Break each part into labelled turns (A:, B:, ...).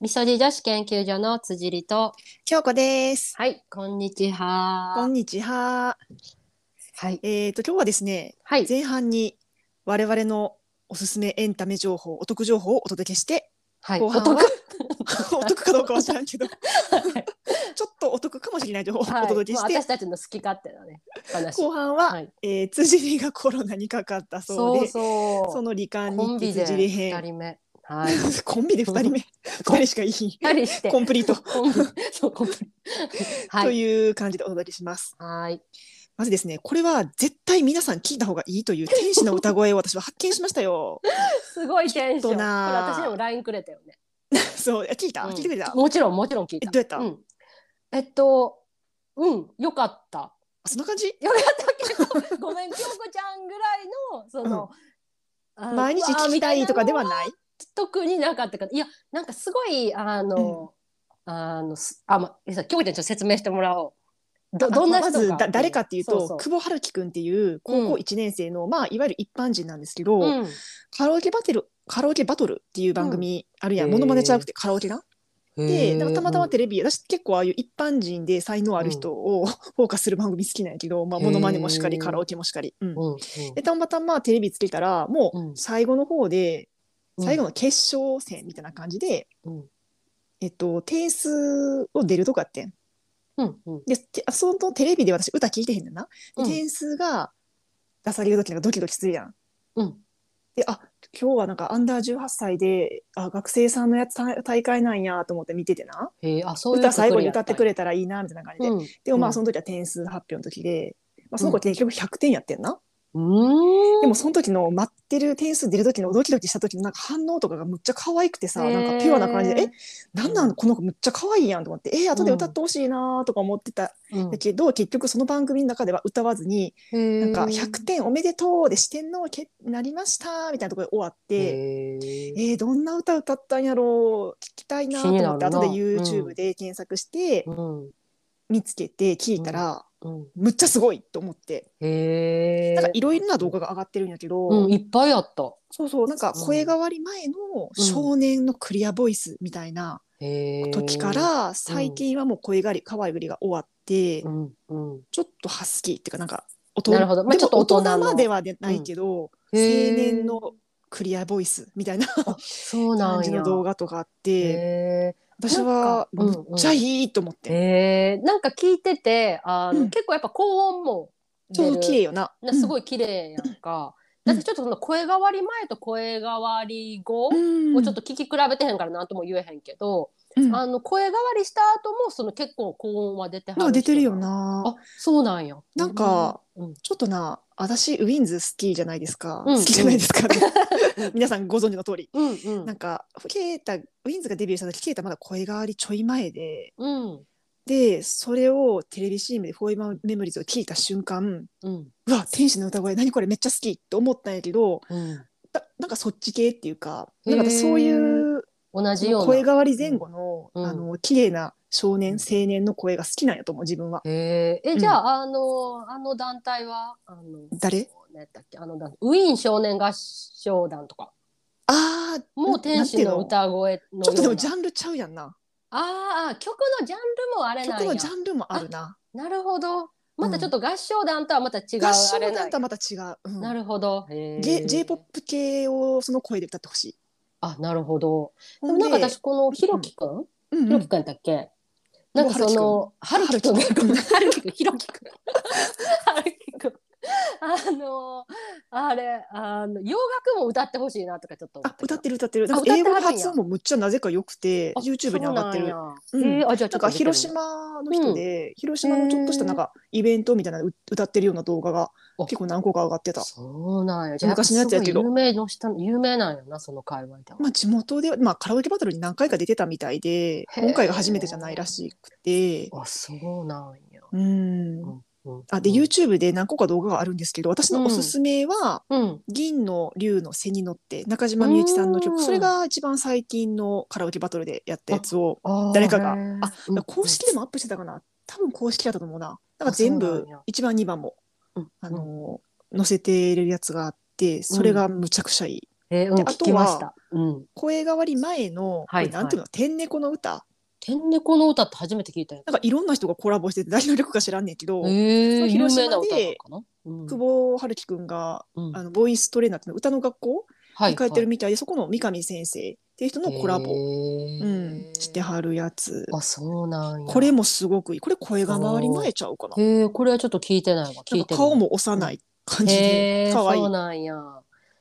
A: みそじ女子研究所の辻里と。
B: 京子です。
A: はい、こんにち
B: こ
A: は。
B: んにちは。
A: はい。
B: えっ、と今日はですね、
A: はい。
B: 前半に我々のおすすめエンタメ情報、お得情報をお届けして、
A: はい。
B: 後
A: お
B: 半は
A: 得。
B: お得かどうかは知らんけど、 ちょっとお得かもしれない情報をお
A: はい。もう
B: 届けして、
A: 私たちの好き勝手なね。話。
B: 後半は、
A: はい。
B: えー辻里がコロナにかかったそう
A: そ
B: で、
A: うそう。
B: その罹患
A: コン
B: に
A: ビで二
B: 辻里編。
A: 人目。はい。
B: コンビで 二人目、二人しかいい。
A: 二人して。
B: コンプリート
A: コンビ。そう、コンプリ。は
B: と
A: い。
B: いう感じでお届けします。
A: はい。
B: まずですね、これは絶対皆さん聞いた方がいいという天使の歌声を私は発見しました よ。
A: すごいテンション。
B: ち
A: こ
B: ょっ
A: とれ
B: な
A: 私でもラインくれたよね。
B: そう、いや聞いた、
A: うん
B: 聞いてくれた。
A: もちろん、もちろん聞い
B: え、
A: た
B: ど。うやった、
A: うん。えっと。うん、よかった。
B: あそんな感じ
A: よかったけど ごめん京子ちゃんぐらいのその、あの
B: 毎日聞きたいとかではない
A: 特になかったからいやなんかすごいあの、あのすあまえさ京子ちゃんちょっと説明してもらおうどどんな人
B: まずだ誰かっていうと
A: そうそう
B: 久保春樹くんっていう高校1年生の、まあいわゆる一般人なんですけど、
A: うん、
B: カラオケバトルカラオケバトルっていう番組あるやん、
A: へー
B: モノマネじゃなくてカラオケな。でなんかたまたま
A: て
B: テレビ私結構ああいう一般人で才能ある人をフォーカスする番組好きなんやけど、まあ、
A: へー
B: モノマネもしっかりカラオケもしっかり。うん
A: うんうん
B: でたまたまテレビつけたらも
A: うん
B: う最後の方で、
A: うん
B: 最後の決勝戦みたいな感じで、
A: うん
B: えっと、点数を出るとこあってん
A: うんうん
B: で、てあそのテレビで私歌聞いてへんねんな。
A: う
B: で
A: ん
B: 点数が出される時なんかドキドキするやん。
A: うん
B: で、あ、今日はなんかアンダー18歳で、あ、学生さんのやつ大大会なんやと思って見ててな。
A: へえあそういう
B: 歌最後に歌ってく
A: れ
B: れたらいいな、みたいな感じで。
A: うん
B: でもま
A: う
B: あ
A: ん
B: その時は点数発表の時で、まあその子結局100点やってんな。
A: うーん
B: でもその時の待ってる点数出る時のドキドキした時のなんか反応とかがむっちゃ可愛くてさ、
A: へー
B: なんかピュアな感じで、え、なんな
A: うん
B: この子むっちゃ可愛いやんと思って、え後で歌ってほしいなとか思ってた
A: うん
B: だけど結局その番組の中では歌わずに、
A: へえ
B: なんか100点おめでとうで四天王けなりましたみたいなところで終わって、
A: へえ
B: えーどんな歌歌ったんやろう聞きたいなと思って
A: 気にな
B: 後
A: るな
B: で YouTube で検索して
A: うん
B: 見つけて聞いたら、
A: うん
B: むっちゃすごいと思って、
A: へえ
B: なんかいろいろな動画が上がってるんやけど、
A: うんいっぱいあった
B: そうそうなんか声変わり前の少年のクリアボイスみたいな
A: へえ
B: 時から最近はもう声変わり可愛がりが終わって。
A: うんうん
B: ちょっとハスキーっていうかなんか大
A: なるほどまあ
B: でも
A: ちょっと大人の
B: まではでないけど、青
A: へー
B: 年のクリアボイスみたいな
A: そう な
B: 感
A: ん
B: じ
A: や
B: の動画とかあって
A: へ
B: 私は
A: なん
B: む
A: か
B: っちゃいいと思っ
A: え
B: て、
A: へえなんか聞いててあの、
B: うん
A: 結構やっぱ高音も
B: ちょうど綺麗
A: い
B: よな。
A: なすご
B: い、
A: い綺麗やんか、
B: うん
A: だってちょっとその声変わり前と声変わり後
B: うん
A: をちょっと聞き比べてへんからなんとも言えへんけど、
B: うん
A: あの声変わりした後もその結構高音は出ては
B: なんか出てるよ
A: 人が
B: な
A: あ。そうなんや
B: なんか、
A: うん
B: ちょっとな私ウィンズ好きじゃないですか、
A: うん
B: 好きじゃないですか、
A: うん
B: 皆さんご存知の通り。
A: うんうん
B: なんかケイタウィンズがデビューした時ケイタまだ声変わりちょい前で
A: うん
B: でそれをテレビ CM で「フォーエバーメモリーズ」を聞いた瞬間
A: うん
B: うわ天使の歌声何これめっちゃ好きって思ったんやけど
A: うん
B: だなんかそっち系っていうか
A: へー
B: なんかそういう
A: 同じような
B: 声変わり前後の,、
A: うん
B: あの綺麗な少
A: うん
B: 年青年の声が好きなんやと思う自分は。
A: へーえ、
B: うん
A: じゃあ、あの、あの団体は、あの、
B: 誰
A: 何やったっけ、あの団、ウィーン少年合唱団とか。
B: あー
A: もう天使の
B: なん
A: 歌声のような。
B: ていうのちょっとでもジャンルちゃうやんな
A: あーあー、曲のジャンルもあれなんや。
B: 曲のジャンルもあるな
A: なるほど。またちょっと合唱団とはまた違う。
B: 合唱
A: あれな
B: 団
A: ん
B: と
A: や
B: はまた違う、うん
A: なるほど。へー
B: J- J−POP 系をその声で歌ってほしい
A: あ、なるほど。で
B: ほ
A: も
B: んで
A: なんか私、このひろきくん、
B: うん
A: ひ
B: う
A: ろ
B: ん
A: きくんやったっけなんかその、はるきくん、はるきくん、ひろきくん。はるきくん。あのあれ、あの、洋楽も歌ってほしいなとかちょっと思
B: あ
A: た
B: 歌ってる歌ってる
A: あ
B: なんか英語
A: 歌って
B: の
A: はるんや
B: 発音もむっちゃなぜか良くて
A: あ
B: YouTube に上がってる
A: そうなんや
B: うん
A: えーあ、じゃあちょ
B: な
A: っ
B: ん
A: と
B: か
A: 見てみよう
B: 広島の人で、広島のちょっとしたなんかイベントみたいなのう歌ってるような動画が
A: あ
B: 結構何個か上がってた。
A: そうなんや。じゃあ、
B: 昔のやつやけど
A: すごい有名の下の、有名なんやな、その界隈では。
B: まあ、地元では、まあ、カラオケバトルに何回か出てたみたいで
A: へー
B: 今回が初めてじゃないらしくて
A: あ、そうなんや。
B: うん
A: うん
B: あで YouTube で何個か動画があるんですけど私のおすすめは
A: うん。
B: 「銀の竜の背に乗って」中島みゆきさんの曲それが一番最近のカラオケバトルでやったやつを
A: あー
B: 誰かが
A: へー
B: あ
A: うん
B: 公式でもアップしてたかな多分公式だったと思うななんか全
A: あそう
B: 部
A: なんや
B: 1番2番も
A: うん
B: あの、載せてるやつがあって、それがむちゃくちゃいい。
A: えーうん、
B: であ
A: 聞
B: と
A: き
B: は
A: ました。うん。
B: 声変わり前の、
A: はい
B: これなんていうの、天猫の歌
A: 天猫の歌って初めて聞いたよ。
B: なんかいろんな人がコラボしてて誰の曲か知らんねんけど、
A: えー、有
B: 広島で
A: 名な歌なのかな。うん
B: 久保春樹くんが
A: うん
B: あのボイストレーナーっていうの歌の学校
A: は
B: に通ってるみたいで、そこの三上先生っていう人のコラボ、
A: へー
B: うん、してはるやつ
A: あ、そうなんや。
B: これもすごくいいこれ声が回り前ちゃうかな
A: へえ、これはちょっと聞いてないわ。聞
B: ないん
A: て
B: か
A: み
B: 顔。も幼い感じ
A: へ
B: で
A: え、
B: 可愛い
A: そうなんや。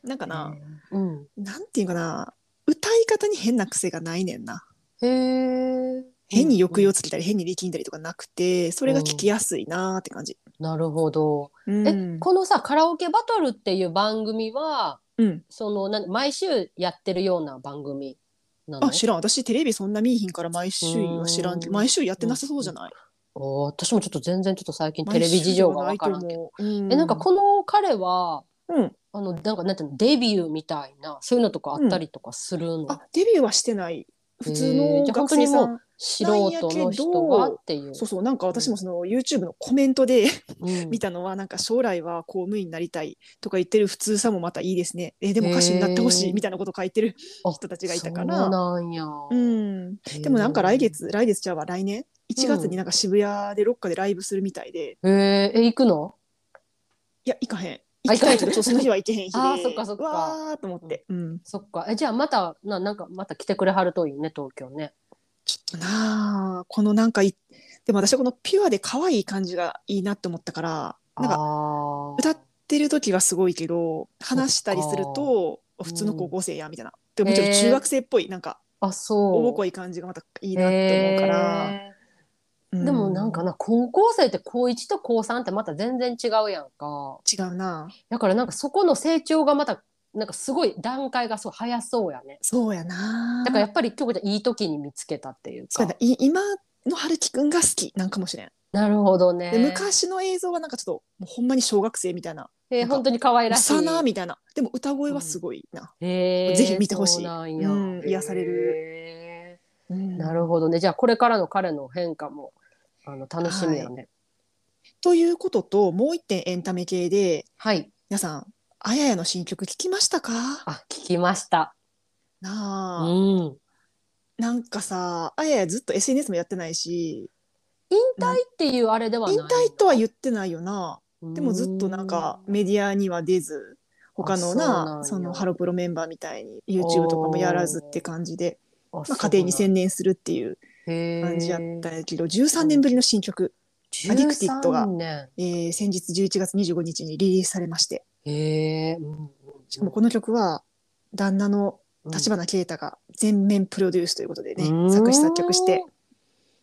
B: なんかな、
A: へーうん。
B: なんていうかな歌い方に変な癖がないねんな
A: へえ。
B: 変に抑
A: う
B: 揚
A: ん
B: つけたり変に力んだりとかなくてそれが聞きやすいなーって感じ、
A: うんなるほど。
B: うん
A: え、このさ、カラオケバトルっていう番組は、
B: うん、
A: そのなん毎週やってるような番組なの
B: あ知らん私テレビそんな見いひんから毎週は知らんけ
A: うん
B: 毎週やってなさそうじゃない
A: お私もちょっと全然ちょっと最近テレビ事情がわからんけど。
B: ど、毎週はないと思うう
A: え、なんかこの彼は、
B: うん
A: あの、なんかなんていうの、デビューみたいな、そういうのとかあったりとかするの、
B: あデビューはしてない普通
A: へー
B: の
A: じゃあ
B: 学生さ
A: 本
B: ん
A: 素人の人がっていう。
B: そうそうなんか私もその YouTube のコメントで
A: うん
B: 見たのはなんか将来は公務員になりたいとか言ってる普通さもまたいいですねえでも歌手になってほし
A: へー
B: いみたいなこと書いてる
A: あ
B: 人たちがいたか
A: そう
B: ら
A: なんや。
B: うんでもなんか来月来月じゃあは来年1月になんか渋谷でロッカでライブするみたいで、
A: へー。えー、え行くの？
B: いや行かへん
A: あ
B: 行
A: 行
B: き
A: かへ
B: た
A: ん
B: いけどちょっとその日は行けへん日 で
A: あーそっかそっか
B: わーと思って、うん、
A: そっか。えじゃあまたななんかまた来てくれはるといいね東京ね。
B: ちょっとなあこのなんかいでも私はこのピュアで可愛い感じがいいなって思ったからなんか
A: か
B: 歌ってる時はすごいけど話したりすると
A: っか
B: 普通の高校生やみたいな、でもちょっと中学生っぽいなんか
A: あそう。
B: おぼこい感じがまたいいなって思うから、
A: へ
B: う
A: ーでもなんかな高校生って高一と高三ってまた全然違うやんか。
B: 違うな
A: だからなんかそこの成長がまたなんかすごい段階がすごい早そうやね。
B: そうやな
A: だからやっぱり京子ちゃんいい時に見つけたっていう
B: そう
A: か
B: や。ない今の春樹くんが好きなんかもしれん、
A: なるほどね。
B: で昔の映像はなんかちょっともうほんまに小学生みたいな
A: えー、本当に可愛らしい。
B: 幼みたいなでも歌声はすごいな、
A: へー
B: ぜひ見てほしい
A: そうなんや
B: うん癒され
A: る。
B: うん
A: なるほどね。じゃあこれからの彼の変化もあの楽しみやね。
B: ということともう一点エンタメ系で
A: はい、
B: 皆さんあややの新曲聞きましたか
A: あ聞きました。う
B: なあ、
A: ん。
B: なんかさあややずっと SNS もやってないし
A: 引退っていうあれではない。
B: 引退とは言ってないよな
A: うん
B: でもずっとなんかメディアには出ず他の
A: あそうなん
B: な
A: や
B: そのハロプロメンバーみたいに YouTube とかもやらずって感じで、
A: あ
B: まあ、家庭に専念するっていう感
A: 感
B: じやったんやけど13年ぶりの新曲、
A: ア
B: ア
A: デ
B: デ
A: ィ
B: ィ
A: ク
B: ク
A: テ
B: テ
A: ィ
B: ィ
A: ッ
B: ッ
A: ト
B: ド
A: が
B: が。
A: ね、
B: えー先日11月25日にリリースされまして
A: へえ。うん
B: しかもこの曲は旦那の立花啓太が全面プロデュースということでね、
A: うん
B: 作詞作曲して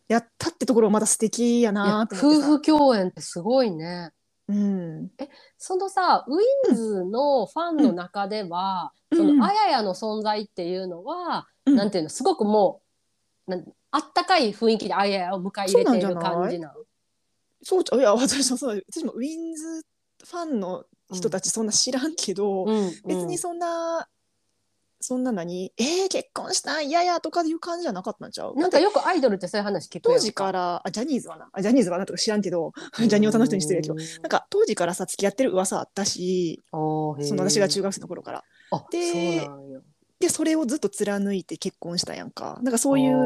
B: やったってところまだ素敵や
A: いや
B: なと思
A: 夫
B: ってさ
A: 婦共演ってすごいね。
B: うん、
A: そのさウィンズのファンの中では、
B: うん
A: そ
B: うん
A: のあややの存在っていうのは、
B: うん
A: なんていうのすごくもうなんあったかい雰囲気であややを迎え入れてい
B: そ
A: る
B: うなんじゃない
A: 感じなの。
B: そうちゃいや私もそうだ私もウィンズファンの人たちそんな知らんけど、
A: うん
B: 別に
A: そ
B: そんなそんな何えー、結婚したんややとかいう感じじゃなかったんちゃう
A: うんなんかよくアイドルってそういう話聞くやん
B: 当時からあジャニーズはなあジャニーズはなとか知らんけどジャニオタの人に失礼やけどなんか当時からさ付き合ってる噂あったし
A: そ
B: その私が中学生の頃から
A: あ
B: で
A: そうなんや
B: でそれをずっと貫いて結婚したやんかなんかそういう
A: あ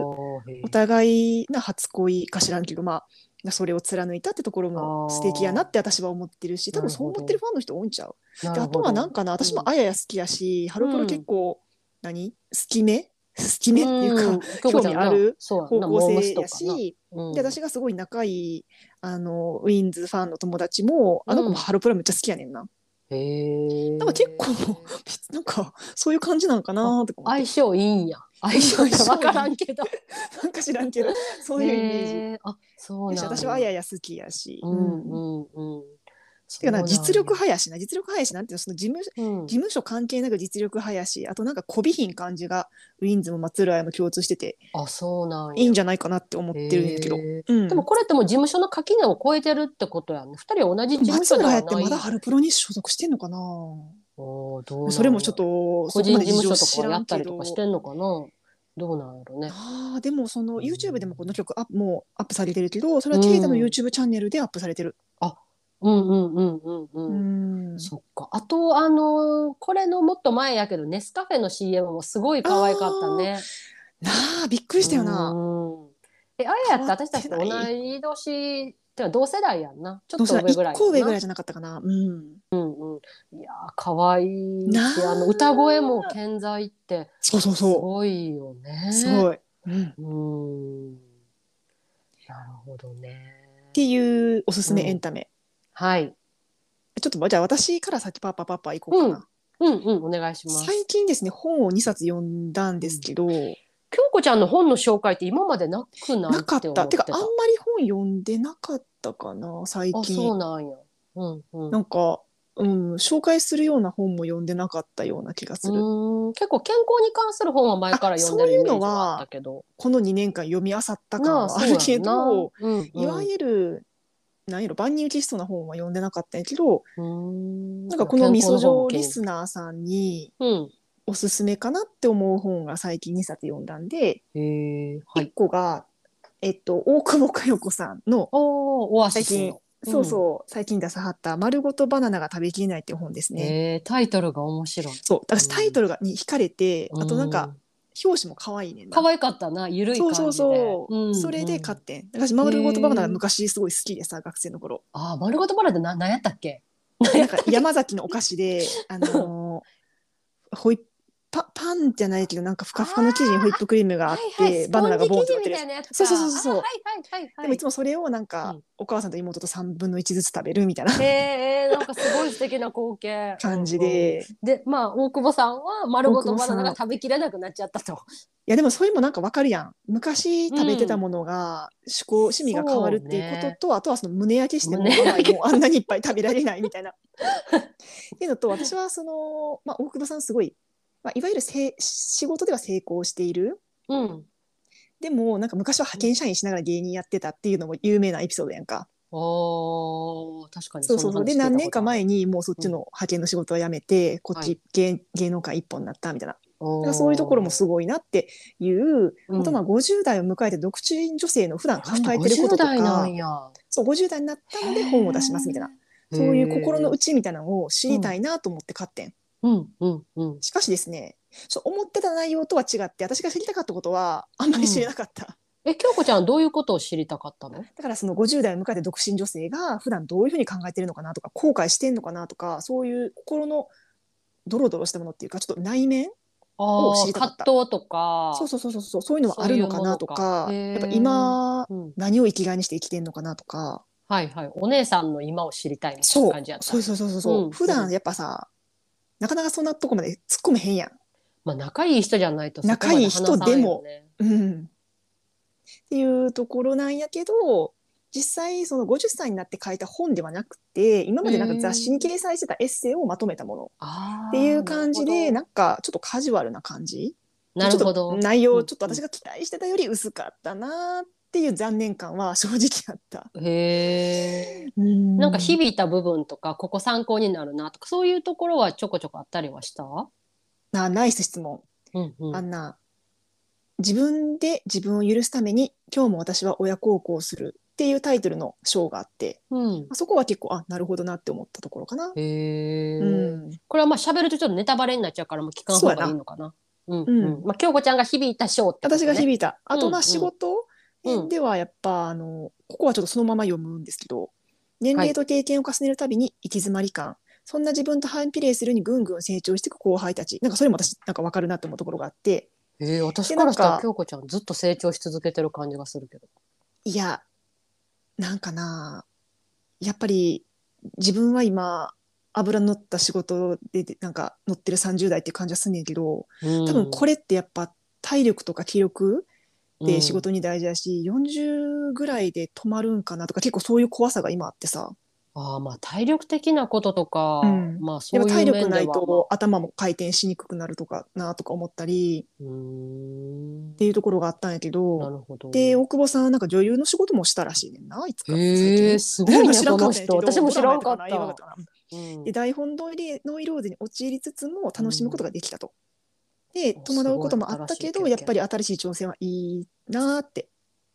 A: ーへー
B: お互いな初恋か知らんけどまあそれを貫いたってところも素敵やなって私は思ってるし多分そう思ってるファンの人多いんちゃう
A: な
B: で
A: る
B: あ
A: ほ
B: と
A: ど
B: はなんかな私もあやや好きやし、ハロプロ結構何好きめ好きめっていうか、
A: ん京子ちゃんな
B: 興味ある
A: そう
B: 方
A: な
B: 向
A: モー
B: 性
A: 娘
B: や
A: とかな
B: し、
A: うん
B: で私がすごい仲いいあのウィンズファンの友達もあの子
A: うん
B: もハロプロめっちゃ好きやねんな、
A: へー
B: なんか結構別なんかそういう感じなんかなとか思っ
A: 相
B: て
A: 性いいんや相性か分からんけど
B: なんか知らんけどそういうイメージ。
A: へーあそう
B: よ
A: な
B: し
A: んや
B: 私はあやや好きやし。
A: うんうんうん。
B: てかな実力
A: は
B: 派やしな実力派やしなんていうのその事務
A: うん
B: 事務所関係なく実力派やしあとなんかこびひん感じがウィンズも松浦亜弥も共通してて
A: あそうなんや。
B: いいんじゃないかなって思ってるんやけど、
A: へー
B: うん、
A: でもこれってもう事務所の垣根を超えてるってことやね。二人は同じ事務
B: 松
A: 所で
B: 浦
A: はな
B: 亜
A: い。
B: 弥ってまだハルプロに所属してんのかな
A: おーどうなんや
B: それもちょっと
A: 個
B: そこ
A: 人
B: ま
A: 事
B: で事
A: 務
B: 情
A: 所
B: 知
A: とからや
B: ん
A: ったり
B: けど
A: とかしてんのかな。どうなんやろね。
B: あーでもその YouTube でもこの曲アップもうアップされてるけどそれはケイタの
A: うん
B: YouTube チャンネルでアップされてる、
A: うんうんうんうんう。
B: うんん
A: そっか。あと、あのーこれのもっと前やけど、ネスカフェの CM もすごい可愛かったね。
B: なあびっくりしたよな。
A: うん。え、あややって私たちと同
B: 変わって
A: い年、てか同世代やんな。ちょ
B: ど
A: っ
B: うせ
A: と
B: だ
A: 上
B: 一
A: ぐらいやんな。
B: 個上ぐらいじゃなかったかな。うん。
A: いやー、可愛い
B: な
A: し、
B: あ
A: あの歌声も健在って
B: そうそう
A: す
B: そ
A: ごいよね。
B: う。すごい。うん
A: うーん。なるほどね。
B: っていうおすすめエンタメ。
A: はい。
B: ちょっとまじゃあ私から先パッパパッパ行こうかな。
A: うんうん、お願いします。
B: 最近ですね本を2冊読んだんですけど、
A: 京子ちゃんの本の紹介って今までなくない
B: なか
A: っ
B: ってた
A: 思
B: て
A: ってた。
B: かあんまり本読んでなかったかな最
A: あそ
B: 近
A: うなんや。うんうん。
B: なんか、うん、紹介するような本も読んでなかったような気がする、
A: うーん結構健康に関する本は前から読んでるイメージがあったけど。
B: この2年間読み漁った
A: な
B: 感はある け
A: そ
B: ど、
A: うやんなうんうん
B: いわゆるなんやろ万人受けしそうな本は読んでなかったんやけど
A: うーん
B: なんかこのみそ上リ
A: 健康
B: スナーさんに
A: の本を聞いて
B: おすすめかなって思う本が最近2冊読んだんで、
A: うん。へえ。は
B: 一
A: い。
B: 個が、えっと、大久保佳代子さんの
A: おお、オアシ
B: 最
A: ス
B: 近
A: の。、うん
B: そうそう最近出さはった「丸ごとバナナが食べきれない」っていう本です
A: え
B: ね。
A: ー、タイトルが面白い。
B: そう私タイトルがに惹かれて、あとなん
A: う
B: か、表紙も可愛いねんな
A: 可愛かったな、ゆるい感
B: そう
A: じで。
B: そうそう、
A: んん
B: それで買ってん私丸ごとバナナ昔すごい好きでさ学生 の頃
A: あー、丸ごとバラでな、なんやったっけ。
B: なんか山崎のお菓子であのーホイッパパンじゃないけどなんかふかふかの生地にホイップクリームがあって、バナナがボンって乗ってるやつ
A: なやつ
B: そうそうそうそう
A: あはいはいはいはい。
B: でもいつもそれをなんか、
A: うん
B: お母さんと妹と3分の1ずつ食べるみたいな
A: えー、なんかすごい素敵な光景。
B: 感じで、い
A: うん。で、まあ、大久保さんは丸ごとバナナが食べきれなくなっちゃったと。
B: やでもそれもなんかわかるやん昔食べてたものが趣向、趣味が変わるっていうことと、あとはその胸焼けしても
A: 胸焼
B: もうあんなにいっぱい食べられないみたいな。 っていうのと私はその、まあ、大久保さんすごい、まあ、いわゆるせい仕事では成功している
A: うん。
B: でもなんか昔は派遣社員しながら芸人やってたっていうのも有名なエピソードやんか。
A: おー、確かに
B: そうそうそうで何年か前
A: に。
B: にもうそっちの派遣の仕事は辞めて、こっ
A: はい
B: ち芸芸能界一本になったみたいな。だか
A: お
B: ら
A: ー
B: そういうところもすごいなっていう、
A: うん
B: あとまあ50代を迎えて独身女性の普段考えてる
A: 50
B: ことと
A: 代な
B: か
A: んや
B: そう50代になったので本を出しますみたいなそういう心の。内みたいなのを知りたいなと思って買ってん。
A: うんうんうん。
B: しかしですねそう思ってた内容とは違って私が知りたかったことはあんまり知れなかった。
A: え、京子ちゃんはどういうことを知りたかったの
B: だからその50代を迎えて独身女性が普段どういうふうに考えてるのかなとか後悔してんのかなとかそういう心のドロドロしたものっていうかちょっと内面
A: あ
B: を知
A: ー
B: りたか
A: 葛
B: っ
A: 藤
B: た
A: とか。
B: そうそうそうそうそうそういうのはあるのかなとか
A: そういうもの
B: やっ
A: か
B: ぱ今
A: うん
B: 何を生きがいにして生きてんのかなとか
A: はいはい。お姉さんの今を知りたいみたい
B: そ
A: な
B: う
A: 感じやった。
B: そうそうそうそうそう、
A: うん
B: 普段やっぱさなかなかそんなとこまで突っ込めへんやん、
A: まあ仲いい人じゃないと
B: 仲いい人でも
A: そこまで話さないよね
B: うん、っていうところなんやけど実際その50歳になって書いた本ではなくて今までなんか雑誌に掲載してたエッセイをまとめたもの
A: あー
B: っていう感じで
A: な
B: なんかちょっとカジュアルな感じ
A: るほ
B: ちょっ
A: ど。
B: と内容ちょっと私が期待してたより薄かったなっていう残念感は正直あった。
A: へえ。
B: な
A: なんか響いた部分とかここ参考になるなとかそういうところはちょこちょこあったりはした。
B: なナイス質問、
A: うんうん。
B: あんな自分で自分を許すために今日も私は親孝行するっていうタイトルの章があって
A: うん。
B: そこは結構あなるほどなって思ったところかな。
A: へえ、
B: うん、
A: これはまあ喋るとちょっとネタバレになっちゃうからもう聞かん方がいいのかな。うんうん。
B: うん
A: まあ京子ちゃんが響いた章ってこと、ね。
B: 私が響いたあ
A: う
B: と
A: ん
B: ま
A: うん
B: あ仕事面ではやっぱあのここはちょっとそのまま読むんですけど年齢と経験を重ねるたびに行き詰まり感そんな自分と反比例するにぐんぐん成長していく後輩たちなんかそれも私なんか分かるなと思うところがあって
A: ええ私からした
B: なん
A: ら
B: か
A: 京子ちゃんずっと成長し続けてる感じがするけど。
B: いやなんかなやっぱり自分は今油乗った仕事でなんか乗ってる30代っていう感じはすんねんけど多分これってやっぱ体力とか気力、で仕事に大事だし、40ぐらいで止まるんかなとか結構そういう怖さが今あってさ
A: うん、ああまあ体力的なこととか、
B: うん
A: まあそ
B: や
A: う
B: っ
A: いう
B: ぱ
A: 面
B: 体
A: では
B: 力ないと頭も回転しにくくなるとかなとか思ったり
A: うーん
B: っていうところがあったんやけ
A: な
B: ど
A: るほど。
B: で大久保さんはなんか女優の仕事もしたらしいねんないつか。
A: へえすごいね
B: 知ら
A: こ
B: んか
A: の
B: ったんやけ
A: 人。
B: ど
A: 私も知らんかっ
B: ドラマ
A: た
B: やた。かな
A: うん
B: で台本通りノイローゼに陥りつつも楽しむことができたと。で
A: お
B: 戸惑うこともあったけ
A: すご
B: ど
A: い新しい経験
B: やっぱり新しい挑戦はいいなーって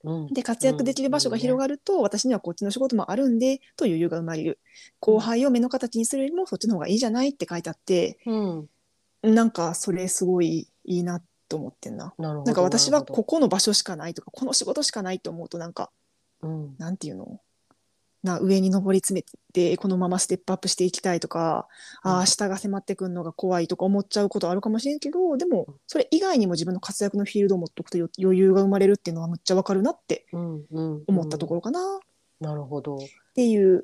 A: うん
B: で活躍できる場所が広がると、私にはこっちの仕事もあるんでという余裕が生まれる後輩を目の形にするよりもそっちの方がいいじゃないって書いてあって
A: うん
B: なんかそれすごいいいなと思ってんな。
A: なるほど
B: なんか私
A: な
B: は
A: るほ
B: ここの場所しかないとかこの仕事しかないと思うとなんか
A: どうん
B: なんていうのな上に上り詰めてこのままステップアップしていきたいとか、あ
A: うん
B: あ下が迫ってくるのが怖いとか思っちゃうことあるかもしれんけどでもそれ以外にも自分の活躍のフィールドを持っておくとよ余裕が生まれるっていうのはむっちゃわかるなって
A: うんうん
B: 思ったところかなっ
A: ろなるほど
B: ていう、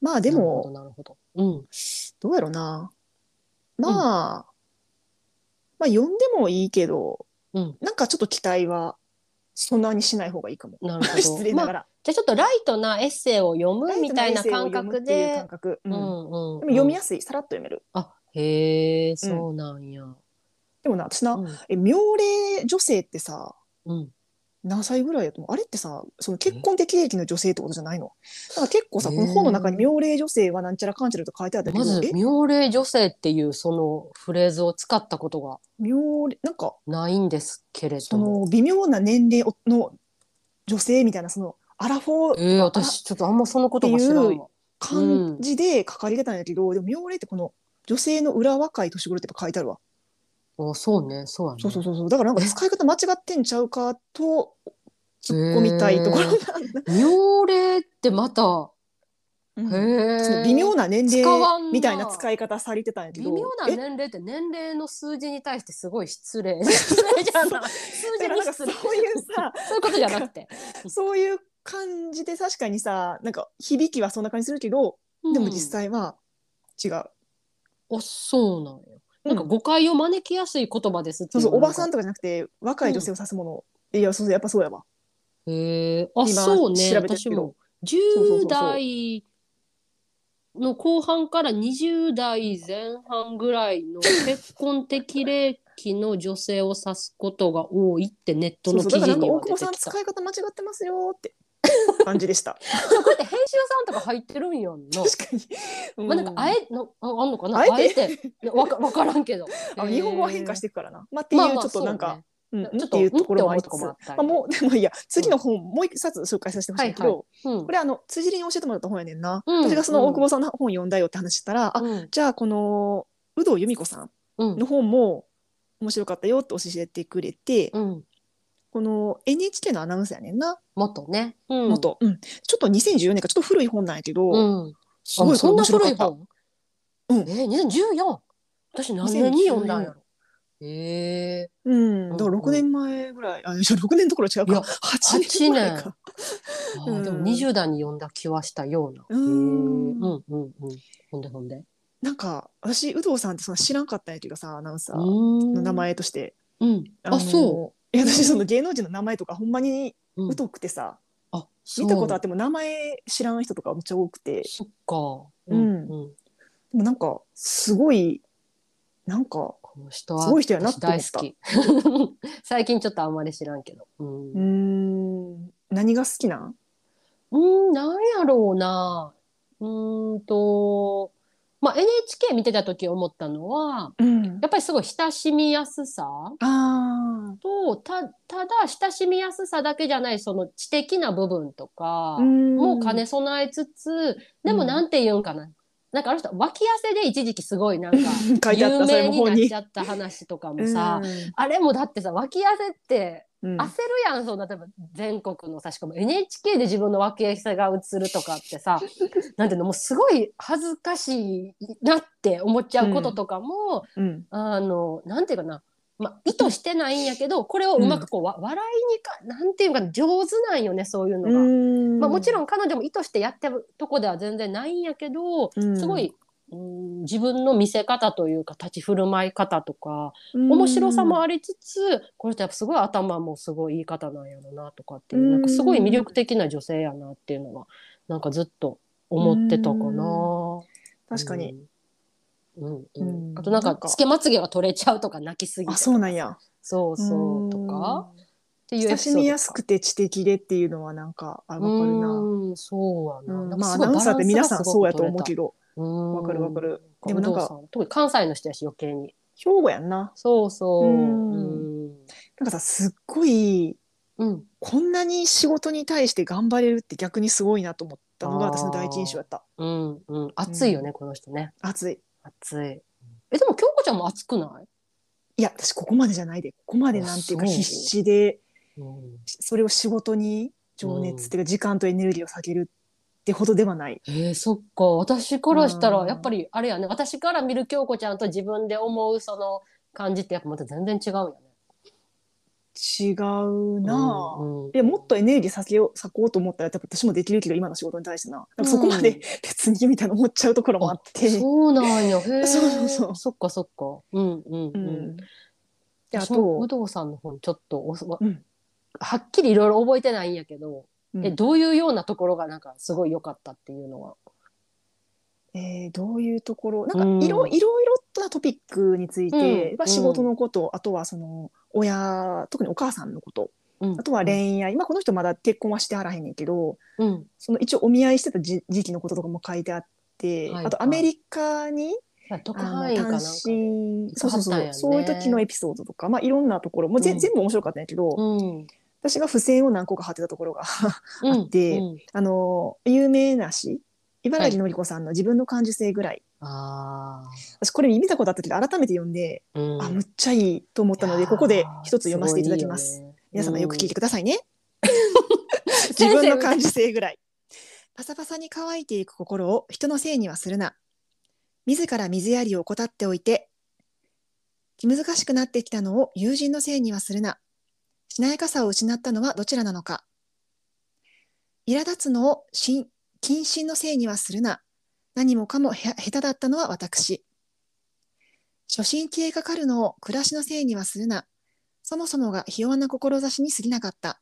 B: まあでも
A: なるほどなるほど
B: どうやろなまあ、まあ呼んでもいいけど
A: うんうん
B: なんかちょっと期待はそんなにしない方がいいかも
A: なるほど
B: 失礼なが
A: まあ
B: ら、
A: じゃあちょっとライトなエッセイを読むみたいな感覚で
B: 感覚、
A: う
B: うん
A: んうん
B: でも読みやすい、さらっと読める。
A: あへえそうなんや
B: でもな、私な、
A: うん
B: え、妙齢女性ってさ、
A: うん
B: 何歳ぐらいやと思うあれってさ、その結婚適齢期の女性ってことじゃないのなんか結構さ、
A: え
B: この本の中に妙齢女性はなんちゃらかんちゃらと書いてあったけ
A: ま
B: ど、
A: ず「
B: え
A: 妙齢女性」っていうそのフレーズを使ったことが
B: 妙齢、なんか、
A: ないんですけれ
B: そ
A: ども
B: の微妙な年齢の女性みたいな、その、アラフォー
A: えー、私ちょっとあんまそのことが知らん
B: ってい
A: わ
B: 漢字で書かれてたんやけど、でも妙齢ってこの、女性の裏若い年頃ってやっぱ書いてあるわ。
A: あそうねそうやね
B: そうそうそうそう。だからなんか使い方間違ってんちゃうかと、突っ込みたいところなんだ。
A: 妙齢ってまた、
B: うん
A: へえ
B: その微妙な年
A: 使わ
B: 齢
A: んな
B: みたいな使い方されてたんやけ
A: 微
B: ど
A: 妙な
B: え
A: 年齢って年齢の数字に対してすごい失 礼失礼 じゃない数
B: だ
A: 字
B: から
A: に
B: なんかそ
A: 失
B: う
A: 礼
B: い うさ
A: そういうことじゃなくて
B: そういう感じで確かにさなんか響きはそんな感じするけどでも実際は違う、
A: うんあそうなんや
B: う
A: なんんか誤解を招きやすい言葉ですって
B: そ
A: いう
B: そうおばさん
A: ん
B: とかじゃなくて若い女性を指すもの、いやそうそうやっぱそうやわ
A: へえあ
B: 今
A: そうね
B: 調べてる
A: 私
B: けど
A: も
B: そうそうそう
A: 10代の後半から20代前半ぐらいの結婚適齢期の女性を指すことが多いってネット
B: そう
A: の
B: そう
A: 記
B: だから
A: 事
B: なんか
A: には
B: 大久
A: 出て
B: 保さん
A: きた。
B: 使い方間違ってますよって感じ でした
A: でもこうやって編集さんとか入ってるんやんな。
B: 確かに、う
A: まあなんかあえのああんのかな
B: あ
A: あ
B: え
A: え
B: て
A: ていやわかわからんけど。
B: あ日本語は変化してていくからな、まあ、っていうちょっとなんか、うん、ち
A: ちょ
B: ょっ
A: っ
B: と
A: と
B: いうところもあ
A: うん
B: り
A: って
B: つ
A: 思うとこ
B: つ、
A: もあ
B: ま
A: ったり
B: あ、もうでもいいや次の本、もう一冊紹介させてほしいんだけど、
A: はいはうん
B: これあの辻利に教えてもらった本やねんな、
A: うん
B: 私がその大久保さんの本読んだよって話したら、あ
A: うん
B: じゃあこの有働由美子さん
A: うん
B: の本も面白かったよって教えてくれて、
A: うん
B: この NHK のアナウンサーやねんな
A: 元ね。うん
B: 元、うんちょっと2014年かちょっと古い本なんやけど、
A: うん。
B: すごい
A: あそんな古い
B: これ面白かった
A: 本。
B: うん
A: え二千十四。私何年に読んだんやろ。ええ
B: うん、だから6年前ぐらい、あいや6年どころ違う
A: い
B: か
A: や
B: 8年ぐらいか
A: ー。あ
B: うん
A: ーでも二十代に読んだ気はしたような。
B: う
A: うんんうんうん。ほんでほんで。
B: なんか私有働さんってその知らんかったんやけどさアナウンサーの
A: の
B: 名。前として。
A: うん。
B: の
A: あそ
B: いや私その芸能人の名前とかほんまに
A: う。うん
B: 疎くてさ、
A: あそう
B: 見たことあっても名前知らん人とかめっちゃ多くて
A: そっか。う
B: うん
A: ん。
B: でもなんかすごいなんか
A: この人は
B: すごい人やなっ
A: 私
B: て思っ
A: 大
B: た
A: 好き。 最近ちょっとあんまり知らんけど。うん
B: うー。ん何が好きなん
A: うん、なんやろうな。うーんと、まあ、NHK 見てた時思ったのは、
B: うん
A: やっぱりすごい親しみやすさ
B: あ
A: と、た、ただ親しみやすさだけじゃない、その知的な部分とか
B: ー、ん
A: も兼ね備えつつ、で
B: う
A: も
B: ん
A: なんて言うんかな。なんかあの人、脇汗で一時期すごいなんか、
B: 書いてあった
A: 有
B: それ
A: 名
B: も
A: に
B: 本
A: なっ
B: に
A: ちゃった話とかもさ、
B: う
A: あれもだってさ、脇汗って、
B: んうん
A: 焦るやんそんな例えば全国のさしかも NHK で自分の脇汗が映るとかってさ なんていうのもうすごい恥ずかしいなって思っちゃうこととかも、
B: うん
A: あのなんていうかな、まあ、意図してないんやけどこれをうまくこう、わ笑いにかなんていうかな上手なんよねそういうのが。まあ、もちろ
B: ん、
A: ん彼女も意図してやってるとこでは全然ないんやけど、
B: うん
A: すごい、うん、自分の見せ方というか立ち振る舞い方とか、面白さも
B: あ
A: ありつつこの人やっぱすごい頭もすごいいい方なんやろなとかっていううんなんかすごい魅力的な女性やなっていうのはなんかずっと思ってたかな。
B: 確かに、
A: うんうん
B: うん
A: あとなん
B: な
A: か
B: んか
A: つけまつげが取れちゃうとか泣きすぎて
B: あそうなんや
A: そうそうとかっていうエ
B: 親
A: ピソ
B: し
A: ードと
B: み
A: か
B: やすくて知的でっていうのはなんかあわかるな、
A: うんそうやな,、
B: うん
A: なんか
B: まあア
A: すごい
B: ナウンサーって皆さんそうやと思う
A: バランスがすごく取れ
B: けど
A: たうん
B: わかるわかる
A: で
B: でも
A: も
B: な
A: なんん
B: か
A: か特に関西の人やし余計に
B: 兵庫やんな
A: そうそうう、
B: ん
A: うん
B: なんかさすっごい
A: うん。
B: こんなに仕事に対して頑張れるって逆にすごいなと思ったのが
A: あー
B: 私の第一印象だった
A: うん。うん。暑いよね、この人ね。
B: 熱い
A: 暑い。え、でも京子ちゃんも暑くない
B: いや私ここまでじゃないでここまでなんていうか
A: あそう
B: 必死で
A: うん。
B: それを仕事に情熱っていうか時間とエネルギーを避けるってほどではない、
A: えー、そっか私からした
B: う
A: ら
B: ん
A: やっぱりあれやね私から見る京子ちゃんと自分で思うその感じってやっぱまた全然違うよね。
B: 違うなあ、
A: うんうん
B: いやもっとエネルギー避けよう割こうと思ったら多分私もできるけど今の仕事に対してななんかそこま
A: うん
B: で別にみたいな思っちゃうところもあって、
A: そうなん や。へえ。
B: そうそうそう
A: そっかそっか。うんうんう
B: うん
A: ん。
B: であ
A: 私も
B: と
A: 有、働さんの本ちょっとおそ
B: うん
A: はっきりいろいろ覚えてないんやけど、
B: うん
A: えどういうようなところがなんかすごい良かったっていうのは。
B: えーどういうところな
A: うんん
B: かいろ,、いろいろとなトピックについて、
A: うん
B: まあ、仕事のこと、あとはその親特にお母さんのこと
A: うん
B: あとは恋愛、まあ、この人まだ結婚はしてはらへんねんけど
A: うん
B: その一応お見合いしてた時時期のこととかも書いてあって、
A: はい
B: あとアメリカに
A: 特
B: あの
A: 派員か
B: 単
A: なんかで。
B: 身そう
A: かは
B: そ
A: ったんや
B: うそう、
A: ね
B: そういう時のエピソードとか、まあ、いろんなところもうぜ、
A: うん
B: 全部面白かったんやけど、
A: うん。
B: 私が付箋を何個か貼ってたところがあって
A: うんうん
B: あの有名な詩茨城のり子さんの「自分の感受性ぐらい」
A: あ
B: 私これ見たことあったけど改めて読んで、
A: あ。うん
B: あむっちゃいいと思ったのでここで一つ読ませていただきます。
A: いやー。ごいよね
B: 皆様よく聞いてくださいね。
A: 生
B: 自分の感受性ぐらい。パサパサに乾いていく心を人のせいにはするな。自ら水やりを怠っておいて、気難しくなってきたのを友人のせいにはするな。しなやかさを失ったのはどちらなのか。苛立つのを心謹慎のせいにはするな。何もかもへ下手だったのは私。初心消えかかるのを暮らしのせいにはするな。そもそもがひ弱な志に過ぎなかった。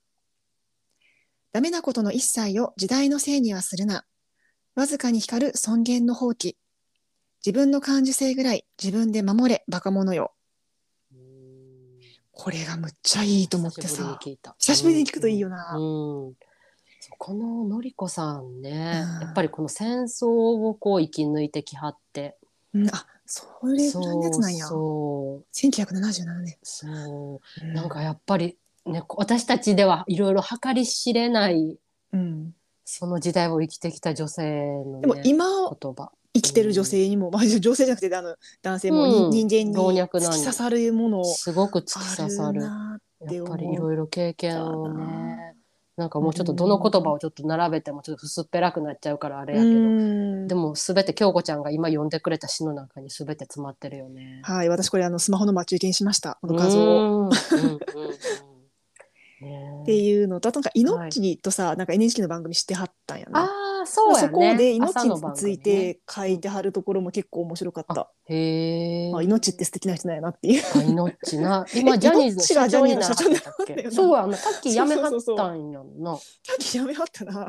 B: ダメなことの一切を時代のせいにはするな。わずかに光る尊厳の放棄。自分の感受性ぐらい自分で守れ、バカ者よ。
A: うん
B: これがむっちゃいいと思ってさ。
A: 久しぶりに聞いた
B: 久しぶりに聞くといいよな
A: うんうんそうこののりこさんね、
B: うん
A: やっぱりこの戦争をこう生き抜いてきはって
B: うん、あ、それぐらいのやつなんや。
A: そう
B: 1977年。
A: そうそう
B: う
A: なんか、やっぱり、ね、こう私たちではいろいろ計り知れない
B: うん。
A: その時代を生きてきた女性の、ね、
B: でも今
A: 言葉
B: 生きてる女性にも、まあ女性じゃなくてあの男性もに、
A: うん
B: 人間に
A: 老若男
B: 突
A: 女
B: き刺さるものを
A: すごく突き
B: あ
A: 刺
B: る
A: さる。
B: なっ
A: や
B: て
A: っ
B: 思
A: ぱ
B: う。
A: りいろいろ経験を
B: だ
A: ね
B: な
A: なんかもうちょっとどの言葉をちょっと並べてもちょっと薄っぺらくなっちゃうからあれや
B: う
A: けど、
B: ん
A: でも全て京子ちゃんが今読んでくれた詩の中に全て詰まってるよね。
B: はい、私これあのスマホの待ち受けにしました。この画像を。
A: うんうんうんうん
B: っ
A: ね
B: て
A: え
B: いうのとあとなんか猪木とさ、なんか NHK の番組知ってはったんやな。
A: ああそうやね。
B: そこで
A: 朝
B: 猪
A: の
B: 木に
A: 番
B: つ
A: 組ね
B: いて書いてはるところも結構面白かった。
A: へえ。
B: まあ、命って素敵な人なんやなっていう。
A: あ命な今ジャニーズの社長にならはったっ
B: 命がジャニーズの社長になったんだよ
A: け。
B: な
A: そうやなさっき辞めはったんやんな。
B: さっきやめはったな。
A: な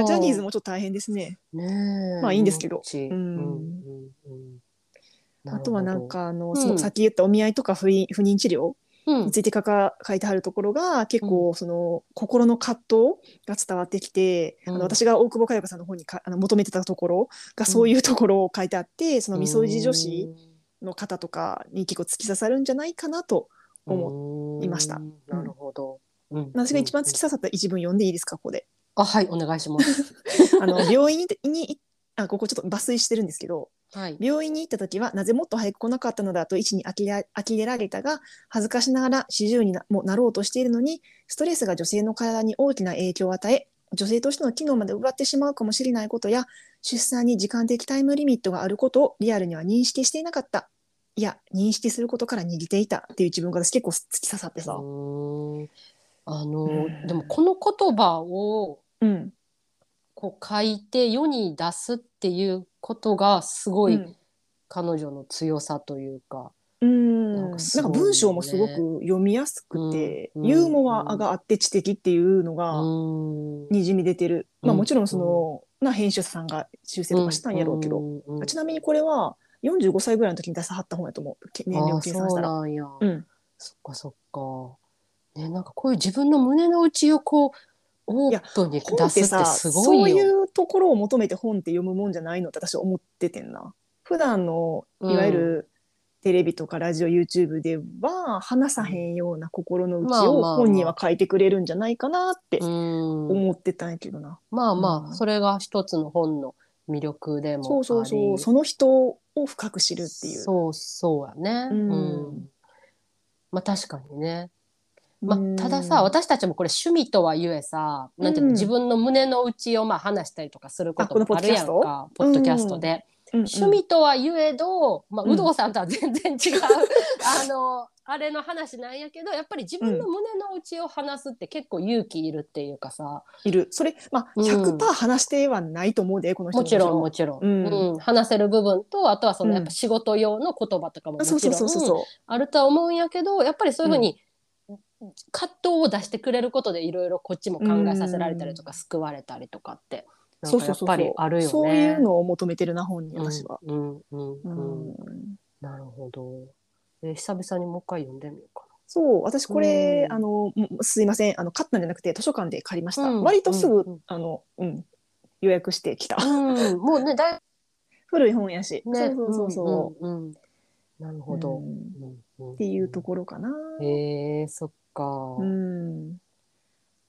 A: あ
B: ジャニーズもちょっと大変ですね。
A: ねえ
B: まあいいんですけど
A: 命
B: う
A: うんんうんうんなるほど
B: あとはなんかあの、
A: ん
B: そのさっき言ったお見合いとか不妊不妊治療
A: うん
B: について書か書いてはるところが結構その心の葛藤が伝わってきて、
A: うん
B: あの私が大久保佳代子さんの方にかあの求めてたところがそういうところを書いてあって、そのみそじ女子の方とかに結構突き刺さるんじゃないかなと
A: 思
B: いました
A: なるほど。うん
B: 私が一番突き刺さった一文読んでいいですかここで。
A: あはいお願いします。
B: あの病院ににあここちょっと抜粋してるんですけど
A: はい。
B: 病院に行った時はなぜもっと早く来なかったのだと医師に呆れ呆れられたが恥ずかしながら四十になもなろうとしているのにストレスが女性の体に大きな影響を与え女性としての機能まで奪ってしまうかもしれないことや出産に時間的タイムリミットがあることをリアルには認識していなかったいや認識することから逃げていたっていう自分が私結構突き刺さって
A: う
B: さ。
A: ーんあの、
B: うん
A: でもこの言葉を
B: うん
A: こう書いて世に出すっていうことがすご
B: う
A: い
B: ん
A: 彼女の強さというか、
B: うん、
A: なん
B: なん
A: か
B: か
A: すごい
B: 文章もすごく読みやすくて、
A: うんうん
B: ユーモアがあって知的っていうの
A: う
B: が
A: ん、
B: にじみ出てる、ま
A: う
B: あ
A: ん
B: もちろんその、な編集者さんが修正とかしたんやろうけど、
A: んうんうん
B: ちなみにこれは45歳ぐらいの時に出さはった本やと思うけ年齢を計算した
A: あ
B: ら。
A: そうなんや、
B: うん
A: そっかそっかねなんかこういう自分の胸の内をこうオ
B: いや
A: ープンに
B: 本
A: 出
B: って
A: すっ
B: さ
A: てすごいよ
B: そういうところを求めて本って読むもんじゃないのって私は思っててんな。普段のいわゆるテレビとかラジオ YouTube では話さへんような心の内
A: まあまあ
B: を
A: まあ
B: 本人は書いてくれるんじゃないかなって
A: うん
B: 思ってたんやけどな。
A: まあま
B: う
A: あ
B: ん
A: それが一つの本の魅力でもあり
B: そうそうそうその人を深く知るっていう。
A: そうそうやね、
B: うん
A: うんまあ確かにね、ま
B: うん
A: あ、たださ私たちもこれ趣味とはいえさ、なんていうの
B: うん
A: 自分の胸の内をまあ話したりとかするこ
B: あこの
A: と
B: ポ
A: も
B: ッ
A: あ
B: ド
A: る
B: キャ
A: や
B: ス
A: ん
B: ト
A: かポッドキャストで、
B: うんうん
A: 趣味とはいえど、まあ、
B: うん
A: 有働さんとは全然違う、 あのあれの話なんやけどやっぱり自分の胸の内を話すって結構勇気いるっていうかさ、
B: いる。それまあ
A: うん
B: 100%話してはないと思うでこの人
A: もちろんもちろん、
B: うん
A: うん話せる部分とあとはそのやっ
B: う
A: ぱ
B: ん
A: 仕事用の言葉とかもも
B: あ
A: ち
B: そ
A: ろ
B: うんそうそうそうそう。
A: あるとは思うんやけどやっぱりそういうふうに葛藤を出してくれることでいろいろこっちも考えさせられたりとか、救われたりとかってなん
B: そう
A: か
B: そ
A: や
B: う
A: っ
B: そう
A: ぱりあるよね。
B: そういうのを求めてるな本人私は。
A: うんうんう
B: う
A: うん
B: んん
A: なるほど。えー久々にもう一回読んでみようか
B: そう私これ、
A: うん
B: あのもすいませんあの買ったんじゃなくて図書館で借りました、
A: うん
B: 割とすぐ、
A: うん
B: あのうん、予約してきた、
A: な。うん、もうね、だい
B: 古い本やし、
A: ね、。
B: そうそうそうそう
A: うんうんなる
B: う、
A: ほど。
B: うんっ
A: うんうん
B: ていうところかな、
A: へえ、そっか
B: う。ん、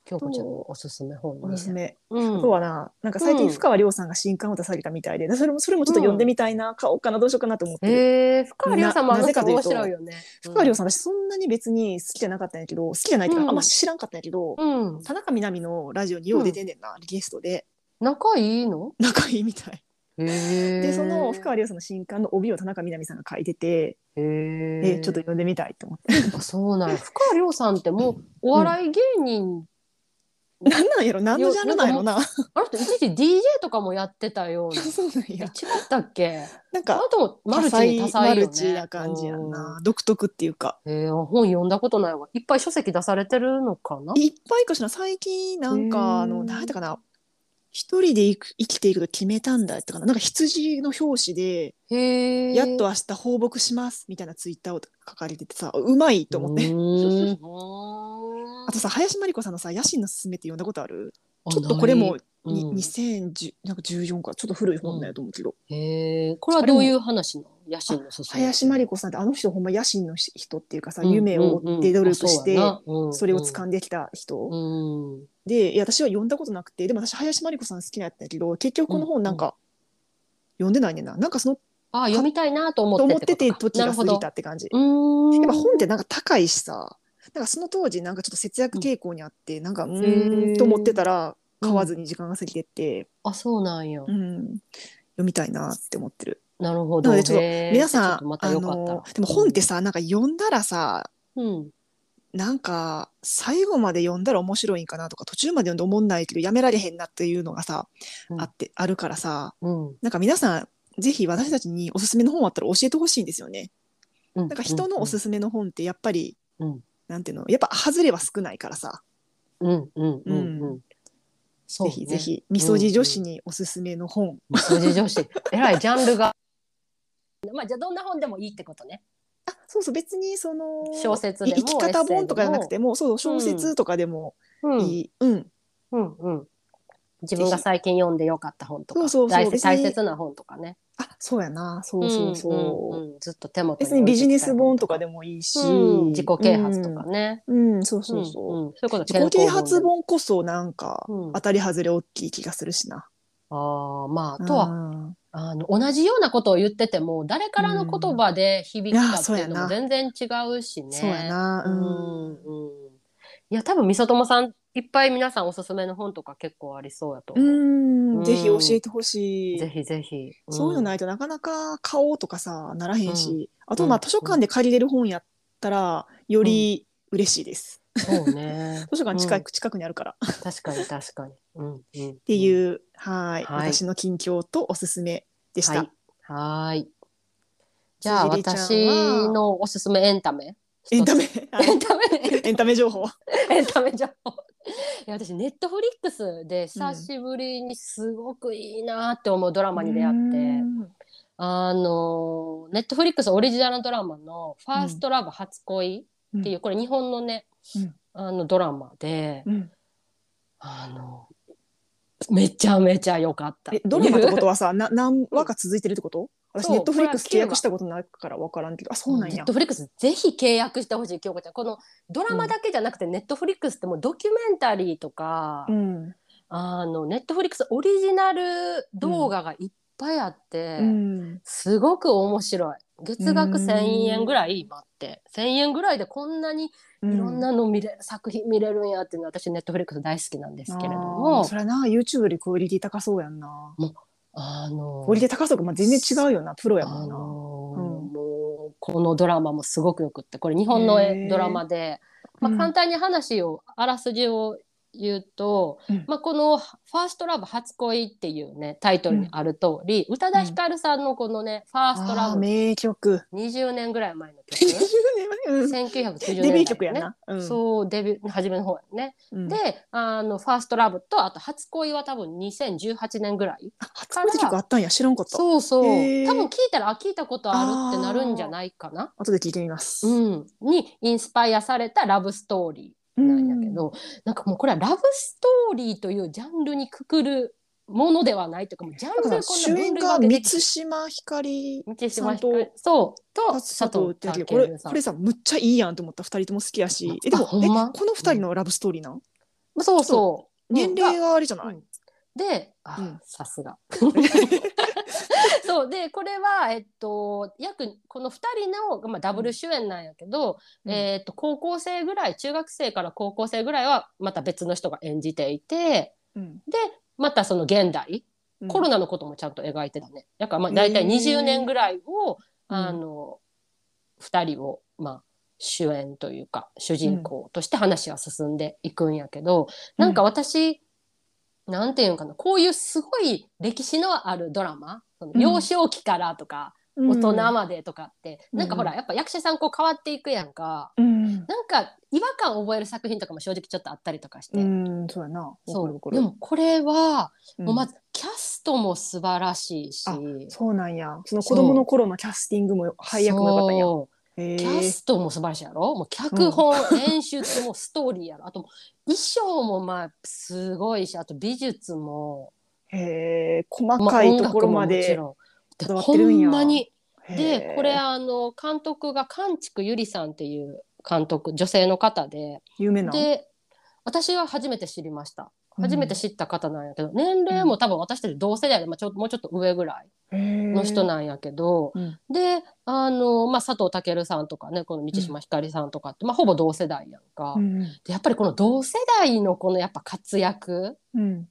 A: 京子ちゃんのおすすめ本
B: おすす
A: ね。
B: め、
A: うん
B: あとはななんか最近
A: うん
B: 深川亮さんが新刊を出されたみたいでそれもそれもちょっと読んでみたいな、買おうかなどうしようかなと思ってる、
A: へえ、深川亮さんもあの
B: なな
A: 人
B: ぜかという
A: 面
B: と
A: 白いよね。
B: 深川亮さん私そんなに別に好きじゃなかったんやけど好きじゃないっていうか、
A: うん
B: あんま知らんかったんやけど、
A: うん。うん
B: 田中みな実のラジオによう出てんねんな、ゲストで
A: 仲いいの
B: 仲いいみたい
A: へえ。
B: でその深川亮さんの新刊の帯を田中みな実さんが書いてて、
A: へえ。
B: えちょっと読んでみたいと思って。
A: あそうなんや深川亮さんってもうお笑い芸人、
B: なんなんやろ何のジャンルなんやろな。
A: あの人一時 DJ とかもやってたような。
B: そうなん
A: え違
B: や
A: っ。たっけ
B: な
A: あ
B: んか
A: ともマルチに多彩よね
B: マルチな感じやんな。独特っていうか。
A: うんえー本読んだことないわいっぱい書籍出されてるのかない
B: っぱいかしら最近な
A: へ
B: ん
A: ー
B: かあの何やったかな。一人で生く生きていくと決めたんだってかななんか羊の表紙で「
A: へえ
B: やっと明日放牧します」みたいなツイッターを書かれててさうまいと思って
A: うーんあ
B: あとさ林真理子さんのさ「野心のすすめ」って読んだことある
A: ち
B: ちょっとこれも、
A: ない
B: に
A: うん
B: 2014かちょっと古い本だと思うけど、
A: へえこれはどういう話なの野心の進
B: 林真理子さんってあの人ほんま野心の人っていうかさ、夢を追って努力して、それを掴
A: ん
B: んできた人、
A: うんうん
B: でいや私は読んだことなくてでも私林真理子さん好きなんやったけど結局この本なんか、読んでないねんななんかその
A: あ読みたいなと思
B: と思っ
A: って
B: てて
A: ことか
B: 時が過ぎた
A: なる
B: って感じ
A: ほどうーん
B: やっぱ本ってなんか高いしさなんかその当時なんかちょっと節約傾向にあって、なんかうーんと思ってたら買わずに時間が過ぎてって、
A: あそうなんや、
B: うん読みたいなって思ってる
A: なるほ
B: な
A: ど
B: のでちょっと
A: へえ
B: 皆
A: ちょ
B: さ
A: っと
B: ん
A: また
B: あ
A: よかったら
B: のでも本ってさなんか読んだらさ
A: うん
B: なんか最後まで読んだら面白いんかなとか途中まで読んで思んないけどやめられへんなっていうのがさ、
A: うん
B: あってあるからさ
A: うん
B: なんか皆さんぜひ私たちにおすすめの本あったら教えてほしいんですよね。
A: な
B: なんか人のおすすめの本ってやっぱり、
A: うん
B: なんていうのやっぱ外れは少ないからさ、
A: うんうんうんう。
B: うん
A: そう
B: ぜ
A: ね
B: ひぜ。ひみそじ女子におすすめの本、
A: みそじ女 子。えらいジャンルが。まあじゃあどんな本でもいいってことね。
B: あそうそう別にその
A: 小説
B: い
A: でも
B: 生き方本とかじゃなくてもそうそう
A: うん
B: 小説とかでも
A: うん
B: いい、うん
A: うんうん。自分が最近読んでよかった本とか、
B: そうそうそう
A: 大
B: 別に
A: 大切な本とかね。
B: あそうやなそうそうそう。
A: んんんずっと手元
B: 別にビジネス本と
A: か
B: かでもいいし、
A: うん自己啓発とかね。
B: うん、うんそうそうそう、
A: んんそういうこと
B: 自己啓発
A: 健康
B: 本こそなんか、
A: うん
B: 当たり外れ大きい気がするしな。
A: でもああまああとは
B: うん
A: あの同じようなことを言ってても誰からの言葉で響くかっていうのも
B: うん
A: 全然違うしね。
B: そうやな、
A: う
B: うん
A: んうんいや多分みそともさんいっぱい皆さんおすすめの本とか結構ありそうやと
B: う
A: 思う、
B: ん
A: うん
B: ぜひ教えてほしい、
A: ぜひぜひ、
B: そういうのないいとなかなか買おうとかさならへんし、
A: う
B: あとまあ
A: うん
B: 図書館で借りれる本やったらより嬉しいです、
A: そうね
B: 図書館近,、
A: うん
B: く近くにあるからっ
A: 確かに確かに、うんうん、って
B: いうう、はい
A: はい
B: 私の近況とおすすめでした、
A: はいはいじゃあ
B: 辻ちゃんは
A: 私のおすすめエンタメ
B: エンタメ
A: エンタメ
B: エンタメ情報
A: エンタメ情報いや私ネットフリックスで久しぶりにすごくいいなって思うドラマに出会って、
B: うん
A: あのネットフリックスオリジナルドラマの「ファーストラブ初恋」っていう、これ日本のね、
B: うん
A: あのドラマで、
B: うん
A: あのめちゃめちゃ良かった
B: えドラマってこと
A: は
B: はさな何話か続いてるってこと私
A: そう
B: ネットフリックス
A: これ
B: 契
A: は
B: 約したことないから分からんけどあそうなん
A: ネッ
B: や
A: トフリックスぜひ契約してほしい京子ちゃんこのドラマだけじゃなくてネットフリックスってもうドキュメンタリーとか、
B: うん
A: あのネットフリックスオリジナル動画がいっぱいあって、
B: うん
A: すごく面白い月額
B: うん
A: 1,000円ぐらい今って1,000円ぐらいでこんなにい
B: うん
A: ろんなの見れ、作品見れるんやっていうのは私ネットフリックス大好きなんですけれど
B: あー
A: も
B: それな YouTube よりクオリティ高そうやんな
A: あの
B: クオリティ高そうか、まあ、全然違うよなプロやも
A: あ
B: んな
A: の
B: うん
A: もうこのドラマもすごくよくってこれ日本の
B: へー
A: ドラマで、まあ、
B: うん
A: 簡単に話を、あらすじを言うと、
B: うん
A: まあ、この「ファーストラブ初恋」っていうねタイトルにある通り、宇多田ヒカルさんのこのね「ファーストラ
B: あー
A: ブ
B: 名 曲
A: 20年ぐらい前の
B: 20
A: 曲
B: 年前うん
A: 1990年代、ね、
B: デビュー曲やんな、うん
A: そうデビュー初めの方やね、
B: うん
A: であのファーストラブとあと初恋は多分2018年ぐらい
B: あ初恋って曲あったんや知らんかった
A: そうそう
B: へー
A: 多分聞いたらあ聞いたことあるってなるんじゃないかな
B: 後で聞いてみます、
A: うん、にインスパイアされたラブストーリ
B: う
A: ー
B: ん
A: なんやけど、なんかもうこれはラブストーリーというジャンルにくくるものではないというかもうジャン
B: だ
A: ル
B: から
A: こん
B: 主
A: な分
B: 演
A: 類
B: が
A: 分けて
B: 満島ひかり
A: 満島ひか
B: さん
A: りそうと
B: 佐
A: 佐
B: 藤
A: 藤
B: って
A: 健
B: これ
A: さ
B: こ
A: ん
B: れさむっちゃいいやんと思った二人とも好きやしえで
A: あ
B: も
A: ほん
B: え
A: ま
B: この二人のラブストーリーなん
A: そうそう
B: 年齢
A: が
B: があれじゃない、
A: うんであ
B: うん
A: さすが そうでこれはえっと約この2人の、まあ、ダブル主演なんやけど、
B: うん
A: えっと高校生ぐらい中学生から高校生ぐらいはまた別の人が演じていて、
B: うん
A: でまたその現代
B: うん
A: コロナのこともちゃんと描いてたね。だからまあ大体
B: へー
A: 20年ぐらいを、
B: うん
A: あの2人を、まあ、主演というか主人公として話は進んでいくんやけど、なんか私なんていうのかなこういうすごい歴史のあるドラマその
B: うん
A: 幼少期からとか、大人までとかって、
B: うん
A: なんかほらやっぱ役者さんこう変わっていくやんか。
B: うん、
A: なんか違和感を覚える作品とかも正直ちょっとあったりとかして、
B: うんうん、そうやな
A: そ
B: わか
A: う
B: るわかる
A: でもこれは
B: うん
A: もうまずキャストも素晴らしいし、
B: あそうなんやその子供の頃のキャスティングも配役もよかったんや
A: そう
B: へ
A: キ
B: ー
A: ャストも素晴らしいやろもう脚本、演出もストーリーやろあともう衣装もまあすごいしあと美術も、
B: へえ細
A: まあ
B: かいところま
A: 音楽
B: で
A: ももちろん
B: こだ
A: で
B: わっ
A: ほ
B: てるんや
A: んまに
B: へ
A: で
B: ー
A: これあの監督が神竹ゆりさんっていう監督女性の方で
B: 有名な
A: で私は初めて知りました
B: うん
A: 初めて知った方なんやけど、年齢も多分私たち同世代で、まあ、ちょもうちょっと上ぐらいの
B: の
A: 人なんやけど、
B: うん
A: であの、まあ、佐藤健さんとかねこの満島ひかりさんとかって、まあ、ほぼ同世代やんか、
B: うん
A: でやっぱりこの同世代のこのやっぱ活躍
B: うん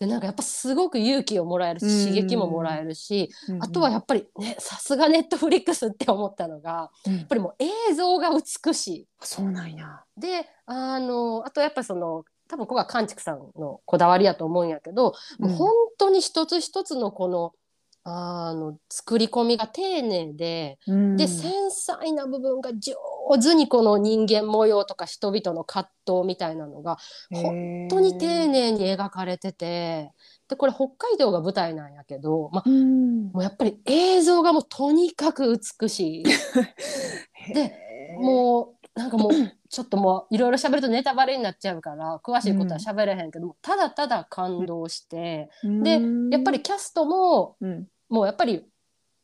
A: でなんかやっぱすごく勇気をもらえる
B: うん
A: し刺激ももらえるし、
B: うん
A: あとはやっぱりねさすがネットフリックスって思ったのがや
B: うん
A: っぱりもう映像が美しい。
B: そうなんや
A: であのあとやっぱその多分ここが勘竹さんのこだわりやと思うんやけど、もう
B: うん
A: 本当に一つ一つのこのあの作り込みが丁寧で、
B: で
A: で繊細な部分が上手にこの人間模様とか人々の葛藤みたいなのが
B: 本
A: 本当に丁寧に描かれててでこれ北海道が舞台なんやけど、まあ、もうやっぱり映像がもうとにかく美 しいでもうなんかもうちょっともういろいろ喋るとネタバレになっちゃうから詳しいことは喋れへんけど、もただただ感動して
B: う
A: で
B: ん
A: やっぱりキャストも
B: うん
A: もうやっぱり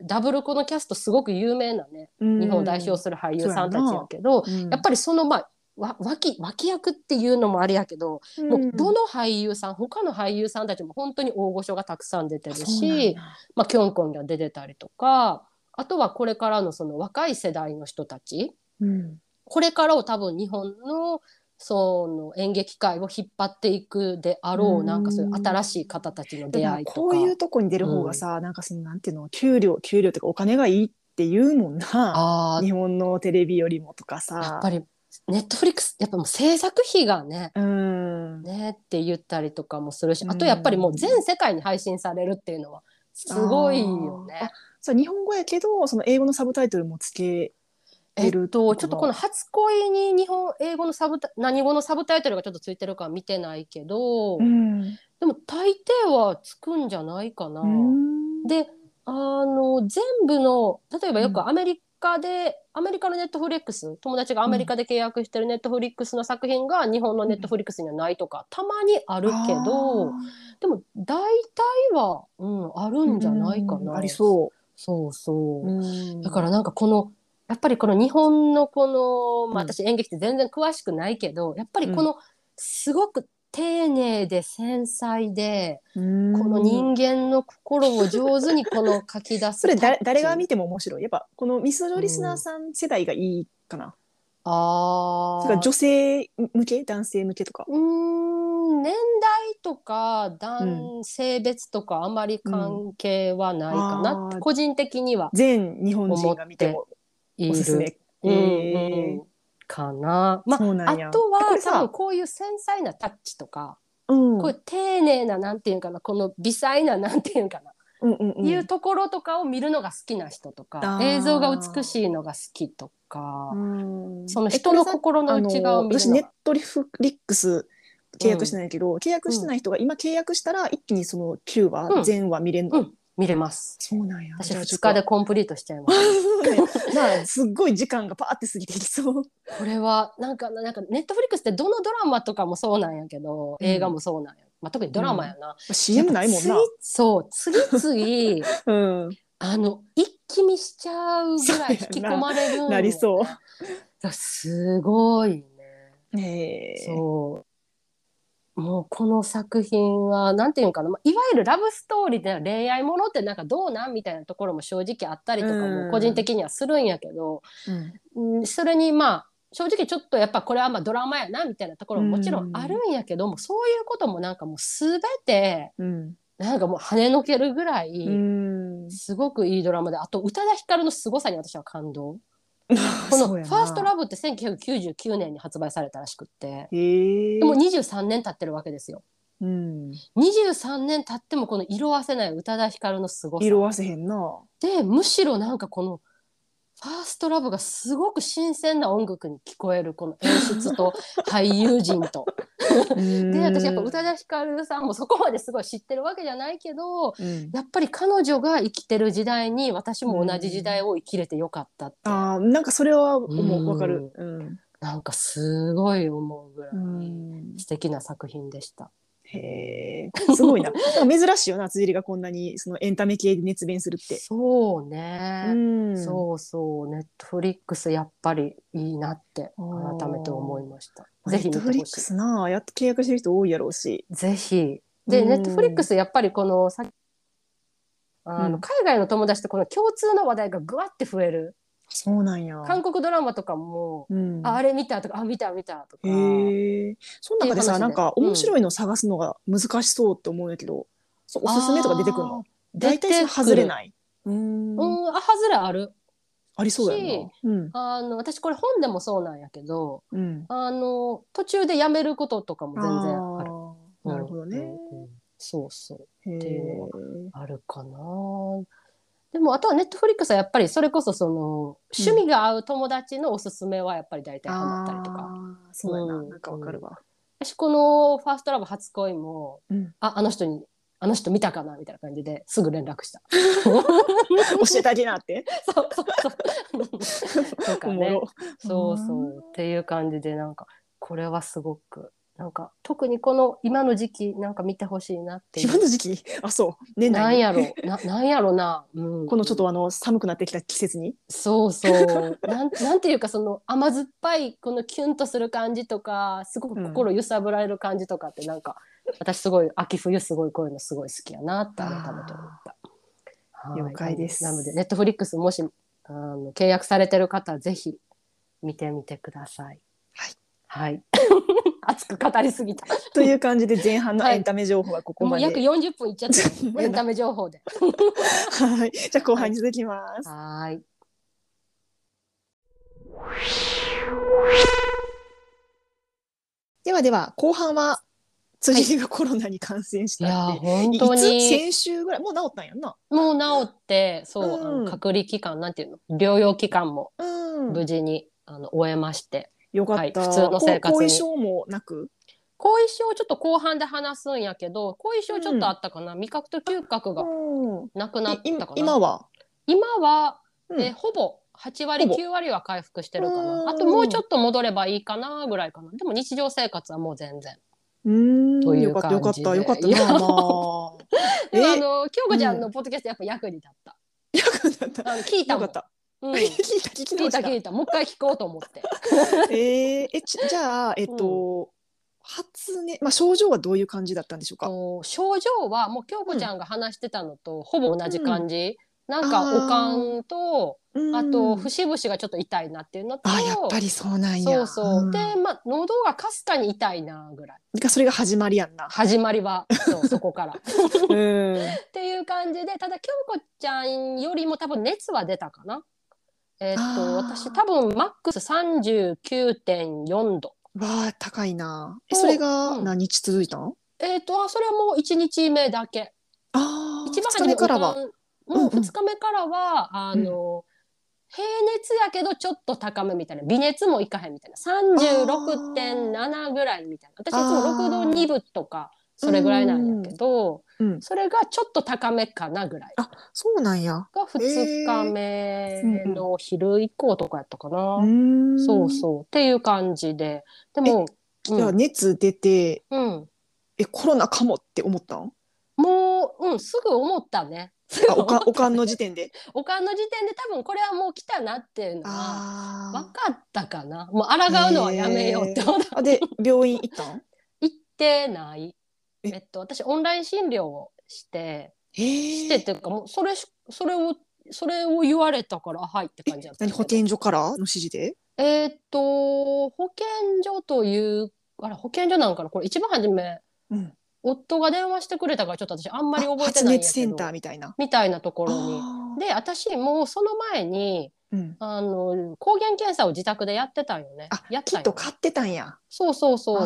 A: ダブルコのキャストすごく有名なね
B: うん
A: 日本を代表する俳優さんたちやけど、
B: うん
A: やっぱりそのまあわ脇脇役っていうのもあれやけど、もうどの俳優さん他の俳優さんたちも本当に大御所がたくさん出てる
B: そうなん
A: し、
B: や
A: まあ、キョンコンが出てたりとかあとはこれからのその若い世代の人たち
B: うん
A: これからを多分日本のその演劇界を引っ張っていくであろ
B: う
A: うんなんかそういう新しい方たちの
B: だ
A: 出
B: から
A: 会いとか。
B: こういうとこに出る方がさなんかそのなんていうの給料給料とかお金がいいって言うもんな
A: あー
B: 日本のテレビよりもとか
A: や
B: さ
A: っぱりネットフリックスやっぱもう制作費がね、
B: うん
A: ねって言ったりとかもするし
B: うん
A: あとやっぱりもう全世界に配信されるっていうのはすごいよね。
B: そう日本語やけどその英語のサブタイトルもつけあー
A: えっとちょっとこの「初恋」に日本英語のサブタ何語のサブタイトルがちょっとついてるかは見てないけど、
B: うん
A: でも大抵はつくんじゃないかな。
B: うん
A: であの全部の例えばよ
B: う
A: くアメリカで、アメリカのネットフリックス友達がアメリカで契約してるネットフリックスの作品が日本のネットフリックスにはないとかたまにあるけど。
B: あー
A: でも大体は、うん、あるんじゃないかな。
B: うんありそう
A: そうそうう。
B: ん
A: だからなんかこのやっぱりこの日本のこの、まあ、
B: うん
A: 私演劇って全然詳しくないけど、やっぱりこのすごく丁寧で繊細で、
B: うん
A: この人間の心を上手にこの書き出す
B: それ
A: タ
B: 誰
A: ッチ
B: 誰が見ても面白いやっぱこのミスドリスナーさん世代がいいかな、
A: あ
B: そ
A: ー
B: れから女性向け男性向けとか
A: うーん年代とか男性別とかあまり関係はないかなって、
B: うん
A: 個人的には
B: 全日本人が見ても
A: い
B: おすす
A: る
B: め
A: うん
B: え
A: うんかな。まあ
B: そうなんや
A: あとは
B: これ
A: 多分
B: さ、
A: こういう繊細なタッチとか、
B: うん、
A: こういう丁寧ななんていうんかなこの微細ななんていうんかな、
B: うんうんうん
A: いうところとかを見るのが好きな人とか
B: あー
A: 映像が美しいのが好きとか、
B: うん
A: その人の
B: えこれさ
A: 心の内側を見る
B: 私
A: の
B: ネッ
A: が
B: トリフリックス契約してないけど、契約してない人が今契約したら一気にその9話、
A: うん
B: 全話見れるの、
A: うん見れます。
B: そうなんや
A: 私2日でコンプリートしちゃいます。
B: まあすっごい時間がパーって過ぎていきそう
A: これはなんかなんかネットフリックスってどのドラマとかもそうなんやけど、
B: うん
A: 映画もそうなんや。まあ、特にドラマやな。
B: CM ないもんな
A: ついそう次々
B: うん
A: あの一気見しちゃうぐらい引き込まれるんや
B: なりそう
A: だすごいね。
B: へえ
A: そう。もうこの作品はなんていうのかな、まあ、いわゆるラブストーリーで恋愛ものってなんかどうなんみたいなところも正直あったりとか
B: う
A: も
B: ん
A: 個人的にはするんやけど、
B: うん
A: うん、それにまあ正直ちょっとやっぱこれはまあドラマやなみたいなところももちろんあるんやけども、そういうこともなんかもう全て
B: うん
A: なんかもう跳ねのけるぐらい、
B: うん
A: すごくいいドラマであと宇多田ヒカルの凄さに私は感動。この「ファーストラブ」って1999年に発売されたらしくって
B: ブへえ
A: でも23年経ってるわけですよ
B: うん
A: 23年経ってもこの色褪せない宇多田ヒカルの凄さ
B: 色あせへんな
A: でむしろなんかこの「ファーストラブ」がすごく新鮮な音楽に聞こえるこの演出 と俳優陣とで
B: で
A: 私やっぱ宇多田ヒカルさんもそこまですごい知ってるわけじゃないけど
B: うん
A: やっぱり彼女が生きてる時代に私も同じ時代を生きれてよかったって
B: あーなんかそれは思
A: う
B: うんわかるうん
A: なんかすごい思うぐらい。
B: うん
A: 素敵な作品でした。
B: へえす ごいななんか珍しいよな辻りがこんなにそのエンタメ系で熱弁するって
A: そう
B: う
A: ね、
B: ん
A: そうそう、ネットフリックスやっぱりいいなって
B: おー
A: 改めて思いました。
B: まあ
A: ぜひ見て
B: Netflix
A: ほしい。
B: なあやっと契約してる人多いやろうし
A: ぜひ。で、
B: うん
A: ネットフリックスやっぱりこのさあの、
B: うん
A: 海外の友達とこの共通の話題がぐわって増える。
B: そうなんや
A: 韓国ドラマとかも、
B: うん
A: ああれ見たとか、あ見た見たとか。
B: へえ。その中で
A: っていう話
B: さ、
A: で
B: なんか
A: うん
B: 面白いの探すのが難しそうって思うんだけど、そうおすすめとか出てくるの。大体その外れ
A: い。
B: ない。うん
A: うん、あ、外れある。
B: ありそうだよ
A: し
B: な。うん。
A: あの、私これ本でもそうなんやけど、
B: うん。
A: あの途中でやめることとかも全然ある。
B: あーなるほどね。
A: うんうんそうそう
B: へ
A: っていうのは
B: え。
A: あるかな。でもあとはネットフリックスはやっぱりそれこそその趣味が合う友達のおすすめはやっぱり大体ハマったりとか。
B: あーそうやな。
A: うん
B: なんかわかるわ。
A: 私この「ファーストラブ初恋も」
B: うん
A: ああの人にあの人見たかなみたいな感じですぐ連絡 した。
B: 教えてあげなって。
A: そうそうそう。と か
B: おも
A: ね。
B: ろ。
A: そうそうっていう感じでなんかこれはすごくなんか特にこの今の時期なんか見てほしいなってい
B: 今
A: う
B: の時期、あ、そう。年
A: なん
B: 内に。
A: やろななんやろな、うん、
B: このちょっとあの寒くなってきた季節に。
A: そう そうなんなんていうかその甘酸っぱいこのキュンとする感じとかすごく心揺さぶられる感じとかってなんか、私すごい秋冬すごいこういうのすごい好きやなって改めて思った。はい
B: 了解です
A: なのでネットフリックスもしあの契約されてる方はぜひ見てみてください。
B: はい、
A: はい、 熱く語りすぎた。
B: という感じで前半の
A: はい
B: エンタメ情報はここ
A: も
B: ま
A: う
B: で。。
A: 約40分いっちゃったよ
B: ま
A: エ
B: だ
A: ンタメ情報で。
B: はい。じゃあ後半に続きます。
A: はーい。
B: ではでは後半は辻井がコロナに感染し
A: い
B: た
A: やー
B: って、
A: 本
B: い
A: 当
B: つ
A: に
B: 先週ぐらいもう治ったんやんな。
A: もう治ってそう、あ
B: うん
A: の隔離期間なんていうの療養期間も
B: う
A: 無
B: ん、
A: 事に、あの終えまして
B: よかった、
A: はい普通の生活に
B: こう後遺症もなく。
A: 後遺症ちょっと後半で話すんやけど後遺症ちょっとあったかな、味覚と嗅覚が
B: うん
A: なくなっ
B: い今
A: たかな
B: 今は、
A: 今は、
B: うん
A: えほぼ8割
B: ほぼ
A: 9割は回復してるか
B: う
A: なんあともうちょっと戻ればいいかなぐらいかなでも日常生活はもう全然
B: うーん
A: という
B: よかったよ
A: 感
B: かっ
A: じで
B: たよかった
A: いや
B: な、まあ、
A: でもあ
B: え
A: の京子ちゃんのポッドキャストやっぱ役に立った、
B: よくなった。
A: あの聞いた
B: よ
A: も
B: か
A: ん
B: った。
A: うん、
B: 聞い
A: 聞
B: た聞き直
A: いた聞
B: し
A: いたもう一回聞こうと思って。
B: た。えー、えちじゃあえっと、発熱まあ症状はどういう感じだったんでしょうか。
A: と症状はもう京子ちゃんが話してたのとほぼ同じ感じ、なんかおかんと
B: うん
A: あと節々がちょっと痛いなっていうのと
B: あやっぱりそうなんや。
A: そうそう、
B: ん
A: でまあ喉がかすかに痛いなぐらい
B: がそれが始まりやんな。
A: 始まり は そうそこからっ
B: うん。
A: ていう感じでただ京子ちゃんよりも多分熱は出たかなえーっと
B: あー
A: 私多分マックス39.4度
B: わあ高いな。え
A: そう
B: それが
A: うん
B: 何日続いたの？
A: えーっとあそれはもう1日目だけ
B: ああ。
A: 一番初
B: 二日
A: め
B: 目
A: か
B: からら
A: は
B: は。、
A: もう
B: うんうん
A: 2日目からはあの、平熱やけどちょっと高めみたいな微熱もいかへんみたいな36.7ぐらいみたいな私いつも
B: あー
A: 6度2分とかそれぐらいなんやけど、
B: うん。
A: それがちょっと高めかなぐらい
B: あそうなんや。
A: が2日目の昼以降とかやったかな、
B: ん
A: そうそうっていう感じででも、
B: うじゃあ
A: うん
B: 熱出て
A: うん、
B: えコロナかもって思っ たん？
A: もう、うん、すぐ思ったね。
B: あおかおかんの時点で。
A: おかんの時点で多分これはもう来たなっていうのは
B: あ
A: 分かったかなもう抗うのはやめようって思っ
B: あ。で病院行った ん？
A: 言ってない
B: え
A: えっと私オンライン診療をして
B: え
A: してっていうかもうそれしそれをそれを言われたからあはいって感じだった
B: 何保健所からの指示で？
A: えっと保健所というあれ保健所なんかなこれ一番初め
B: うん。
A: 夫が電話してくれたからちょっと私あんまり覚えて
B: 発
A: ないんや
B: 熱セ
A: け
B: ン
A: ど
B: ターみたいな。
A: みたいなところに
B: あー
A: で私もうその前に
B: うん。
A: あの抗原検査を自宅でやってたんよね
B: あ
A: やっ
B: キ
A: たん
B: ッ
A: よ
B: ト買ってたんや。
A: そうそうそう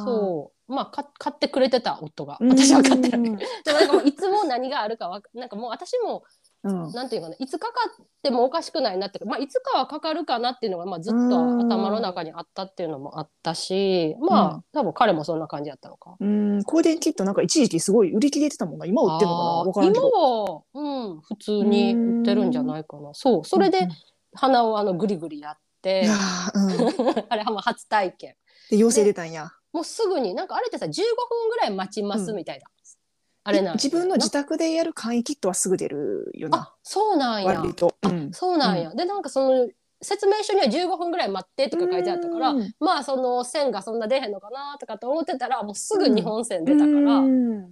B: そ
A: そう。まあ、か買ってくれてた夫が。
B: うん
A: 私は買ってない。でも なんかもういつも何があるかわかなんかもう私も、
B: うん。
A: なんていうかな、いつかかってもおかしくないなっていうか、まあ、いつかはかかるかなっていうのが、まあ、ずっと
B: うん
A: 頭の中にあったっていうのもあったし、まあ、多分彼もそんな感じだったのか。
B: うん、光電キットなんか一時期すごい売り切れてたもんな。今売ってるのかな
A: あー
B: わからんけ
A: 今
B: ど。
A: は、うん、普通に売ってるんじゃないかな。そう。それ
B: うん
A: で
B: うん、
A: 鼻をあの、ぐりぐりやって
B: い、やーう ん。
A: あれはもう初体験。
B: で、陽性出たんや。
A: もうすぐに、なんかあれってさ、15分ぐらい待ちます
B: うん
A: みたいな。 あれなんや
B: 自分の自宅でやる簡易キットはすぐ出るよな。
A: あそうなんや。
B: 割と。うん。
A: そうなんや。でなんかその説明書には15分ぐらい待ってとか書いてあったから、
B: うん
A: まあその線がそんな出へんのかなとかと思ってたらもうすぐ日本線出たから、
B: うん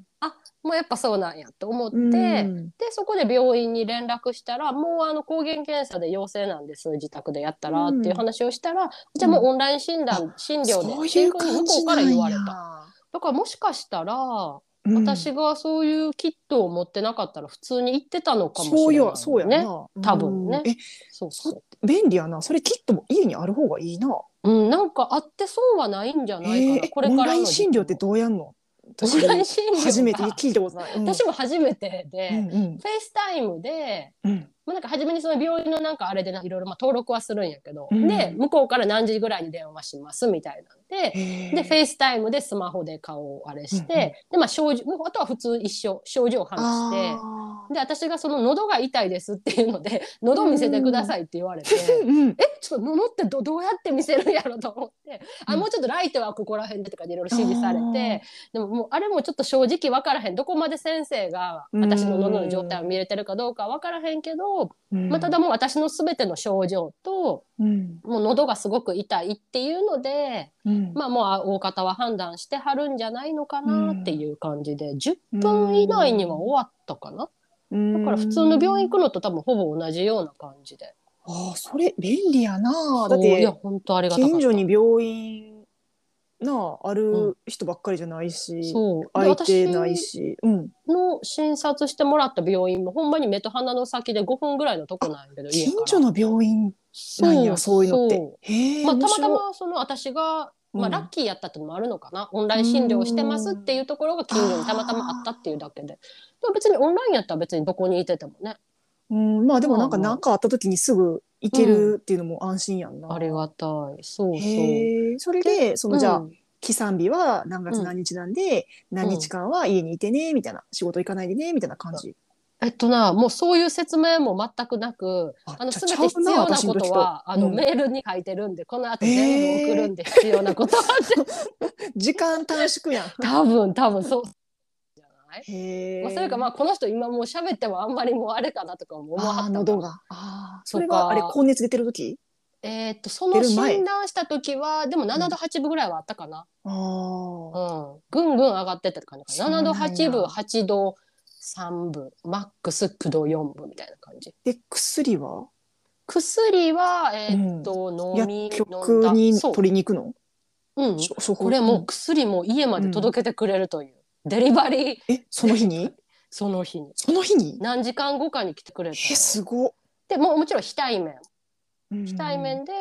A: もうやっぱそうなんやと思って、
B: うん
A: でそこで病院に連絡したらもうあの抗原検査で陽性なんです自宅でやったらっていう話をしたら、じゃあもうオンライン診断診療で
B: そう
A: って
B: い
A: いう
B: う
A: ふうに
B: 感
A: 向こ
B: じ
A: うから
B: なん
A: 言
B: や
A: われた。だからもしかしたら、
B: うん
A: 私がそういうキットを持ってなかったら普通に行ってたのかもしれない、ね。
B: そうや、そうやな。
A: 多分ね
B: うんえ、
A: そうそう。
B: 便利やな。それキットも家にある方がいいな。
A: うん、なんかあって損はないんじゃないかな。
B: えー
A: これから
B: オンライン
A: 時期
B: 診療ってどうやんの
A: オンライン診療が
B: 初めて聞いたことない。うん
A: 私も初めてで、
B: うんうん
A: フェイスタイムで、
B: うん
A: まあ、なんか初めにその病院のなんかあれでないろいろまあ登録はするんやけど、
B: うん
A: で向こうから何時ぐらいに電話しますみたいなんで。
B: へー
A: で、フェイスタイムでスマホで顔をあれして、
B: うんうん
A: で、まあ、症状、もうあとは普通一緒、症状を話して、
B: あ
A: で、私がその喉が痛いですっていうので、喉見せてくださいって言われ て、
B: ーうん
A: えちょっと物ってどどうやって見せるんやろと思って、
B: う
A: あ
B: ん
A: もうちょっとライトはここら辺でとかでいろいろ指示され
B: あー
A: てでももうあれもちょっと正直分からへんどこまで先生が私の喉の状態を見れてるかどうか分からへんけど、
B: うん
A: まあ、ただもう私の全ての症状と
B: うん
A: もう喉がすごく痛いっていうので、
B: うん
A: まあ、もうあ大方は判断してはるんじゃないのかなっていう感じで10分以内には終わったかなだから普通の病院行くのと多分ほぼ同じような感じで。
B: ああそれ便利やなだっ
A: そういや
B: て
A: 本当ありがたかった
B: 近所に病院なああ
A: う
B: る人ばっかりじゃないし、
A: そう
B: 空いて
A: で
B: ないし、うん、
A: 私の診察してもらった病院もほんまに目と鼻の先で5分ぐらいのとこなんやけど家
B: 近
A: から
B: 所の病院なんやそういうのって
A: そ
B: へ
A: う
B: え、
A: まあ、た
B: 面
A: ま
B: 白
A: た
B: い
A: まその私が、ま
B: う
A: あ、
B: ん
A: ラッキーやったってのもあるのかな、オンライン診療してますっていうところが近所にたまたまあったっていうだけででも別にオンラインやったら別にどこにいててもね
B: うん、まあでもなんか
A: まあまあ
B: 何かあった時にすぐ行けるっていうのも安心やんな、
A: ありがたいそうそう。
B: へえそれでそのじゃあ、
A: うん
B: 起算日は何月何日なんで、何日間は家にいてねみたいな仕事行かないでねみたいな感じ、
A: えっとなもうそういう説明も全くなくあの
B: じゃあ
A: 全て必要なこと
B: ちゃう私の時 と
A: はあの、
B: うん
A: メールに書いてるんでこの後全部送るんで必要なことは
B: 時間短縮やん
A: 多分多分そうじゃなない、
B: へ
A: まあ、それかまあこの人今もう喋ってもあんまりもうあれかなとか思わはったか
B: あー
A: ら
B: 喉があーそ
A: そう
B: れ
A: か
B: はあれ高熱出てる時
A: えーっとその
B: 出る前
A: 診断した時はでも7度8分ぐらいはあったかな、
B: あー
A: うん、ぐんぐん上がってったって感じかな7
B: そうな
A: 度
B: んや
A: 8分8度3分マックス9度4分みたいな感じ
B: で薬は
A: 薬はえーっと、飲み
B: 薬
A: 飲ん
B: 局
A: だ
B: に
A: そう、
B: 取りに行くの
A: うん、
B: しょ処方
A: これもう薬も家まで届けてくれるという、デリバリー
B: えその 日に
A: その日に
B: その日に
A: 何時間後かに来てくれ
B: え
A: た
B: すごっ
A: でもうもちろん非対面非
B: 非
A: 対面で、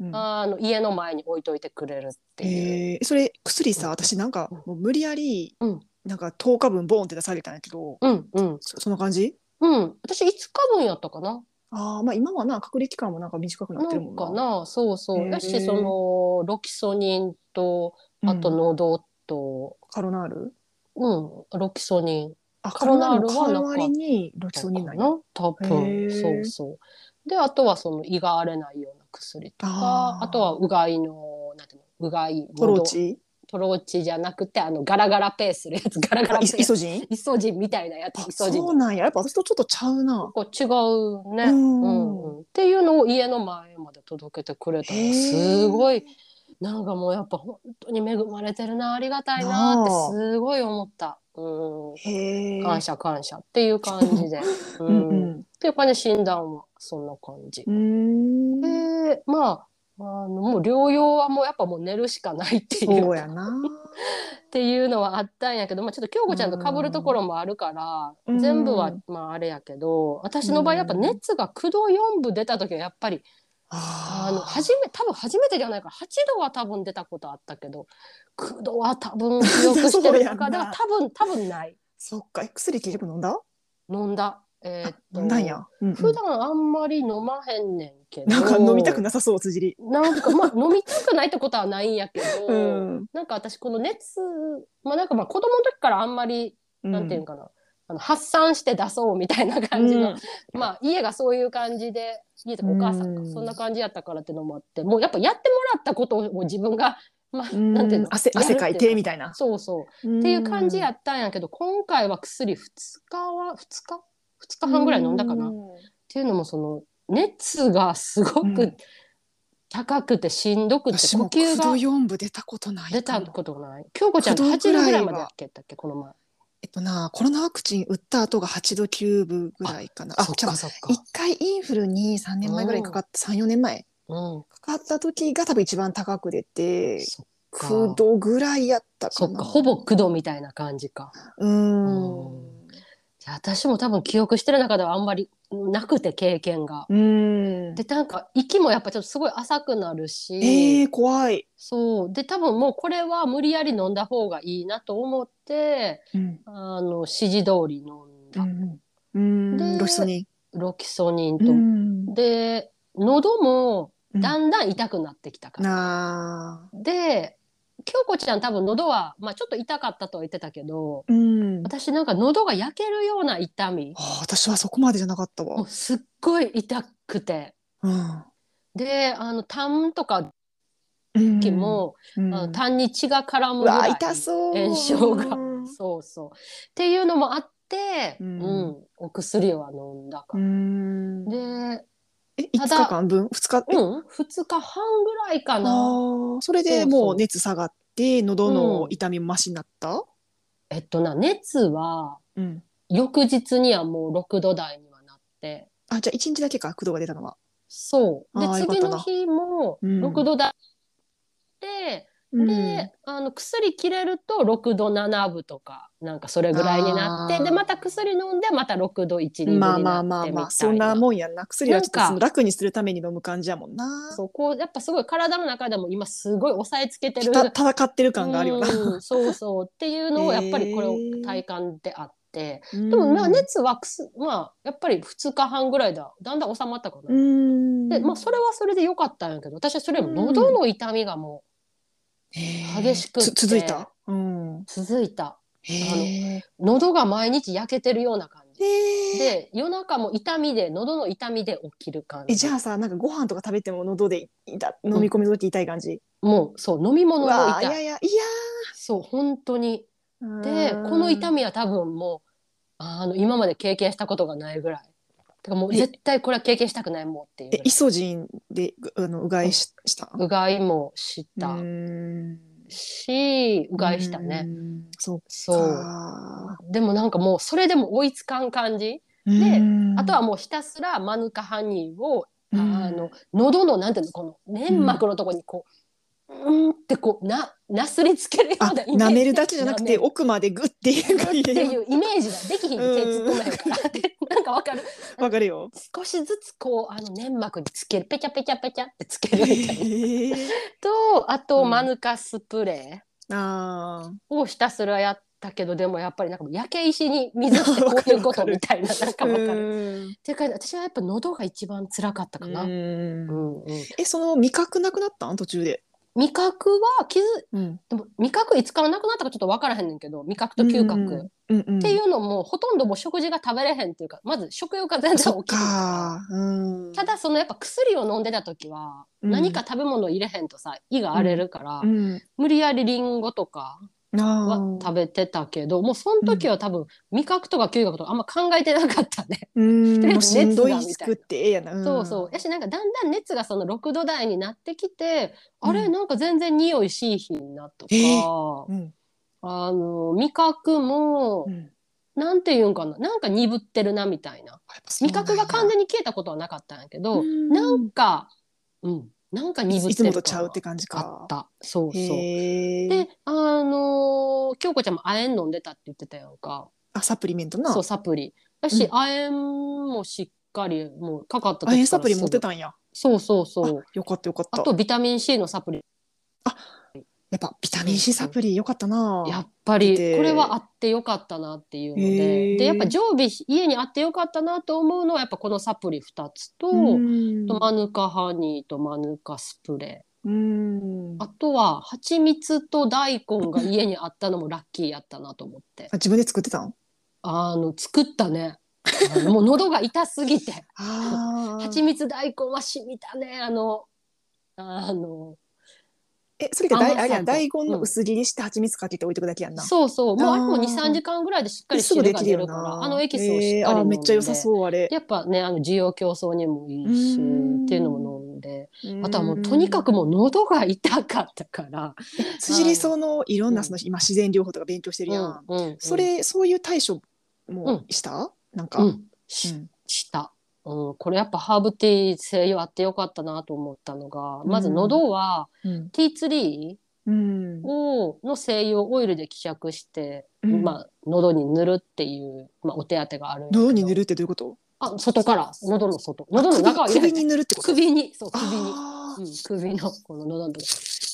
B: うん
A: あの家の前に置いといてくれるっていう、
B: えーそれ薬
A: う
B: さ
A: ん
B: 私なんか
A: うん
B: もう無理やり
A: うん
B: なんか10日分ボーンって出されたんやけど
A: うんうん
B: そそんな感じ
A: うん私5日分やったかな
B: あーまあ今はな隔離期間もなんか短くなっ
A: な
B: てるも
A: ん
B: ん
A: か
B: な
A: なそうそう、
B: へえ
A: だしそのロキソニンとあと
B: うん
A: 喉と、
B: カロナール
A: うんロキソニン
B: あ
A: カ
B: カ
A: ロ
B: ロ
A: ナ
B: ナ
A: ー
B: ー
A: ル
B: ル
A: は
B: の代わりにロキソニンなんや
A: の多
B: へ
A: 分
B: え
A: そうそうであとはその胃が荒れないような薬とか
B: あ
A: あ
B: ー
A: とはうがいのなんていうのうがい
B: トロー
A: 喉
B: チ
A: トローチじゃなくてあのガラガラペーするやつガラガ
B: あ
A: ラペ
B: イ
A: ー
B: イソジン
A: イソジンみたいなやつ
B: あ
A: イソジン
B: そうなんややっぱ私とちょっとちゃうな
A: こう違うね、
B: う
A: うんんうんっていうのを家の前まで届けてくれた
B: へ
A: の
B: ー
A: すごいなんかもうやっぱ本当に恵まれてるなありがたいな
B: な
A: っ
B: あ
A: てすごい思った、う
B: へえ
A: ん、感謝感謝っていう感じ で、う
B: うんんうん
A: っていう感じで診断はそんな感じ
B: う、ーん
A: でまああのもう療養はもうやっぱもう寝るしかないってい
B: そうう やな
A: っていうのはあったんやけど、まあ、ちょっと京子ちゃんとかぶるところもあるから、
B: うん
A: 全部はまああれやけど私の場合やっぱ熱が9度4分出た時はやっぱりあの初め多分初めてじゃないから8度は多分出たことあったけど9度は多分記憶してる
B: そうや
A: か
B: ん
A: だ
B: な
A: から多分多分ない
B: そっかえ薬結局飲んだ
A: 飲んだえーっと
B: 飲んだんやうんうん
A: 普段あんまり飲まへんねんけど
B: なんか飲みたくなさそう辻り
A: なんかまあ飲みたくないってことはないんやけど、
B: うん
A: なんか私この熱まあなんかまあ子供の時からあんまりなんていうんかな、あの発散して出そうみたいな感じの、まあ家がそういう感じで家とかお母さんが
B: うん
A: そんな感じやったからってのもあって、もうやっぱやってもらったことを自分が、まあ、
B: うん
A: なんていうの
B: 汗汗かいてみ
A: たい
B: たいな
A: な。そうそう、
B: っ
A: っていう感じやったんやけど今回は薬2日は2日2日半ぐらい飲んだかな、っ
B: な
A: ていうのもその熱がすご
B: う
A: く
B: ん
A: 高くてしんどくて
B: 私
A: 呼
B: も9
A: 吸
B: 度
A: が
B: 4分出たことない
A: 出
B: か
A: た
B: も
A: ことがない京子ちゃんって8
B: 九
A: 度ぐ
B: 度
A: ら
B: ぐら
A: い
B: い
A: まで
B: は
A: やっけたっけこの前
B: えっとなコロナワクチン打った後が8度9分ぐらいかなあ
A: そっ
B: じゃ
A: か
B: あ
A: そっか
B: 1回インフルに3年前ぐらいにかかった34年前
A: うん
B: かかった時が多分一番高く出て
A: そか
B: 9度ぐらいやった
A: そ
B: か
A: っ
B: な
A: かほぼ9度みたいな感じか
B: うーん
A: じゃあ私も多分記憶してる中ではあんまりなくて経験が
B: うーん
A: でなんか息もやっぱちょっとすごい浅くなるし、
B: えー怖い
A: そうで多分もうこれは無理やり飲んだ方がいいなと思って
B: うん
A: あの指示通り飲んだ、
B: うん
A: で
B: ロシソニ
A: ロキソニンと、
B: ン
A: で喉も
B: うん
A: だんだん痛くなってきたから、
B: なあ
A: で京子ちゃん多分喉は、まあ、ちょっと痛かったとは言ってたけど
B: うん
A: 私なんか喉が焼けるような痛み
B: あー私はそこまでじゃなかった
A: もう
B: わ。
A: すっごい痛くて
B: うん
A: であの痰とか
B: うん
A: 時も、
B: うん
A: あの痰に血が絡む
B: う
A: ぐら
B: わ
A: い
B: 痛そう
A: 炎症が
B: うん
A: そうそうっていうのもあって、う
B: うんん
A: お薬は飲んだか
B: う
A: ら、
B: ん
A: で
B: え5
A: ただ
B: 日間分2日え
A: うん2日半ぐらいかな
B: あーそれ
A: そ
B: で
A: うそう
B: もう熱下がって喉
A: うん
B: の痛みもマシになった
A: えっとな熱は
B: うん
A: 翌日にはもう6度台にはなって
B: あじゃあ1日だけか9度が出たのは。
A: そうで
B: あーよかっ
A: 次
B: た
A: の
B: な
A: 日も
B: うん
A: 6度台で、で、あの薬切れると6度7分とかなんかそれぐらいになっ
B: あ
A: て
B: ー
A: でまた薬飲んでまた6度1 2分
B: う
A: に
B: ん、
A: なっ
B: まあ
A: てみたいな、
B: まあまあまあそんなもんやんな薬はちょっと
A: なんか
B: その楽にするために飲む感じやもんな。
A: そうこうやっぱすごい体の中でも今すごい押さえつけてる
B: た戦ってる感があるよな。
A: うんそうそうっていうのをやっぱりこれを
B: へー
A: 体感であって、
B: で
A: でもまあ熱はくすまあやっぱり2日半ぐらいだだんだん収まったかな、
B: うん
A: でまあそれはそれで良かったんやけど私はそれよりも喉の痛みがも激しくって
B: つ続いた。うん。
A: う続いた
B: へえ。
A: 喉が毎日焼けてるような感じ
B: へえ。
A: で夜中も痛みで喉の痛みで起きる感
B: え
A: じ
B: じゃあさなんかご飯とか食べても喉でいた飲み込みの時痛い感じ。
A: もうそう飲み
B: う
A: 物も
B: わあい
A: 痛
B: や
A: い
B: いやいや
A: そう本当にでこの痛みは多分もうあの今まで経験したことがないぐらいてかもう
B: え
A: 絶対これは経験したくないもんっていうぐ
B: え
A: ら
B: イ
A: い
B: ソジンでうあのうがいしした
A: うがいもした
B: うーん
A: しうがいしたね
B: うーんそう
A: そう
B: か
A: でもなんかもうそれでも追いつかん感じ
B: うーん
A: あとはもうひたすらマヌカハニーを
B: うん
A: あの喉のなんていうのこの粘膜のとこにこう、うん、ってこうななすりつけるよう
B: あ
A: なイメージ
B: 舐めるだけじゃなくて
A: 舐める
B: 奥までグッていうか
A: っていうイメージができひん手つっとないからってなんかわ かる
B: わか るよ。
A: 少しずつこうあの粘膜につけるペチャペチャペチャってつけ
B: え
A: るみたいな
B: ー、
A: とあと、
B: うん
A: マヌカスプレ
B: あ
A: ーをひたすらやったけどでもやっぱりなんか焼け石に水ってこういうことみたいななん
B: ー
A: かわかる。
B: うーん
A: っていうか私はやっぱ喉が一番辛かったかな。
B: う
A: うん
B: ーん
A: うん
B: えその味覚なくなったん途中で。
A: 味覚は気づ
B: うん、
A: でも味覚いつからなくなったかちょっと分からへんねんけど味覚と嗅覚、
B: うん
A: っ
B: うんうん、
A: ていうのもほとんどもう食事が食べれへんっていうかまず食欲が全然起き
B: そ
A: る
B: っか。うん、
A: ただそのやっぱ薬を飲んでた時は、
B: うん
A: 何か食べ物を入れへんとさ胃が荒れるから、
B: うん、
A: 無理やりリンゴとかは
B: ああ
A: 食べてたけどもうその時は多分味覚とか嗅覚とかあんま考えてなかったね、
B: うん、
A: とりあえず
B: もうしんど
A: 熱がみた
B: い
A: いな
B: 作ってええやな。ん
A: そうそうやしなんかだんだん熱がその6度台になってきて、あれなんか全然匂いしいひんなとか、
B: えうん
A: あの味覚も、
B: うん、やっ
A: なんていうんかななんか鈍ってるなみたいな
B: ぱそう
A: 味
B: なんや
A: 覚が完全に消えたことはなかったんやけど、
B: うん
A: なんかうんなんか鈍ってる
B: いつもとちゃうって感じ
A: 感あ
B: か
A: っ。たそうそう
B: へえ。
A: であのー京子ちゃんも亜鉛飲んでたって言ってたやんか
B: あサプリメントな。
A: そうサプリだし、
B: うん
A: 亜鉛もしっかりもうかかった
B: あえサプリ
A: すぐ
B: 持ってたんや。
A: そうそうそう
B: あよかったよかった。
A: あとビタミン C のサプリ
B: やっぱビタミン C サプリよかったな。
A: やっぱり
B: 出て
A: これはあってよかったなっていうの
B: へ
A: で
B: ー
A: でやっぱ常備家にあってよかったなと思うのはやっぱこのサプリ2つと、
B: うん
A: とマヌカハニーとマヌカスプレ
B: うん
A: ーあとは蜂蜜と大根が家にあったのも ラッキーやったなと思って
B: あ自分で作ってたん
A: あの作った ねあのもう喉が痛すぎて
B: あ
A: 蜂蜜大根はしみたねあのあの
B: えそれって大
A: 甘さ
B: あれやん
A: と
B: 大根の
A: うん
B: 薄切りして蜂蜜かけて置いとくだけやんな。
A: そうそうもうあれも
B: あー
A: 23時間ぐらいでしっかり
B: すぐ
A: 汁
B: で
A: が
B: きる
A: 出
B: よ
A: るから
B: な。
A: あのエキスをしっかり
B: えー
A: 飲
B: あ
A: んで
B: めっちゃ良さそうあれ。
A: やっぱねあの需要競争にもいいうし
B: ん
A: っていうのも飲んであとはもうとにかくもう喉が痛かったから。
B: 辻理想のいろん
A: う
B: なんその今自然療法とか勉強してるやん。
A: うんうんうん
B: それそういう対処もした？なんか。
A: うん、し
B: うん
A: した、うん、これやっぱハーブティー精油あってよかったなと思ったのがまず
B: うん
A: 喉は
B: うん
A: ティーツリ
B: うん
A: ーをの精油をオイルで希釈して、
B: うん
A: まあ喉に塗るっていう、まあ、お手当てがあるんやけど
B: 喉に塗るってどういうこと？
A: あ外から喉の外喉の中は
B: あ首首に塗るってこと？
A: 首にそう首に、
B: あー
A: うん、首のこの喉のとこ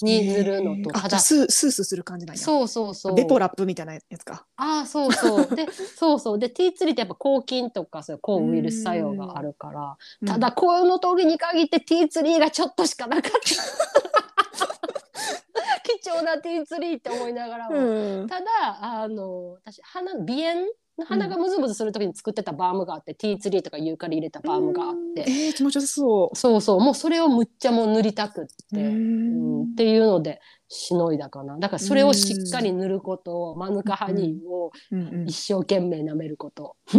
A: に塗るのとた
B: あじゃ
A: だ
B: あスースースーする感じなんや。
A: そうそうそう
B: ベポラップみたいなやつか。
A: ああそうそうでそうそうでティーツリーってやっぱ抗菌とかそういう抗ウイルス作用があるからただこの時に限ってティーツリーがちょっとしかなかった 貴重なティーツリーって思いながら
B: う
A: も、
B: ん、うん、
A: ただあの私鼻鼻炎の鼻がムズムズする時に作ってたバームがあって、ティーツリーとかユーカリ入れたバームがあって、
B: えー、気持ちよさそ
A: そうそうもうそれをむっちゃもう塗りたくって、
B: う。
A: うん
B: ん
A: っていうのでしのいだかなだからそれをしっかり塗ることマヌカハニーを
B: うん
A: 一生懸命舐めること、
B: う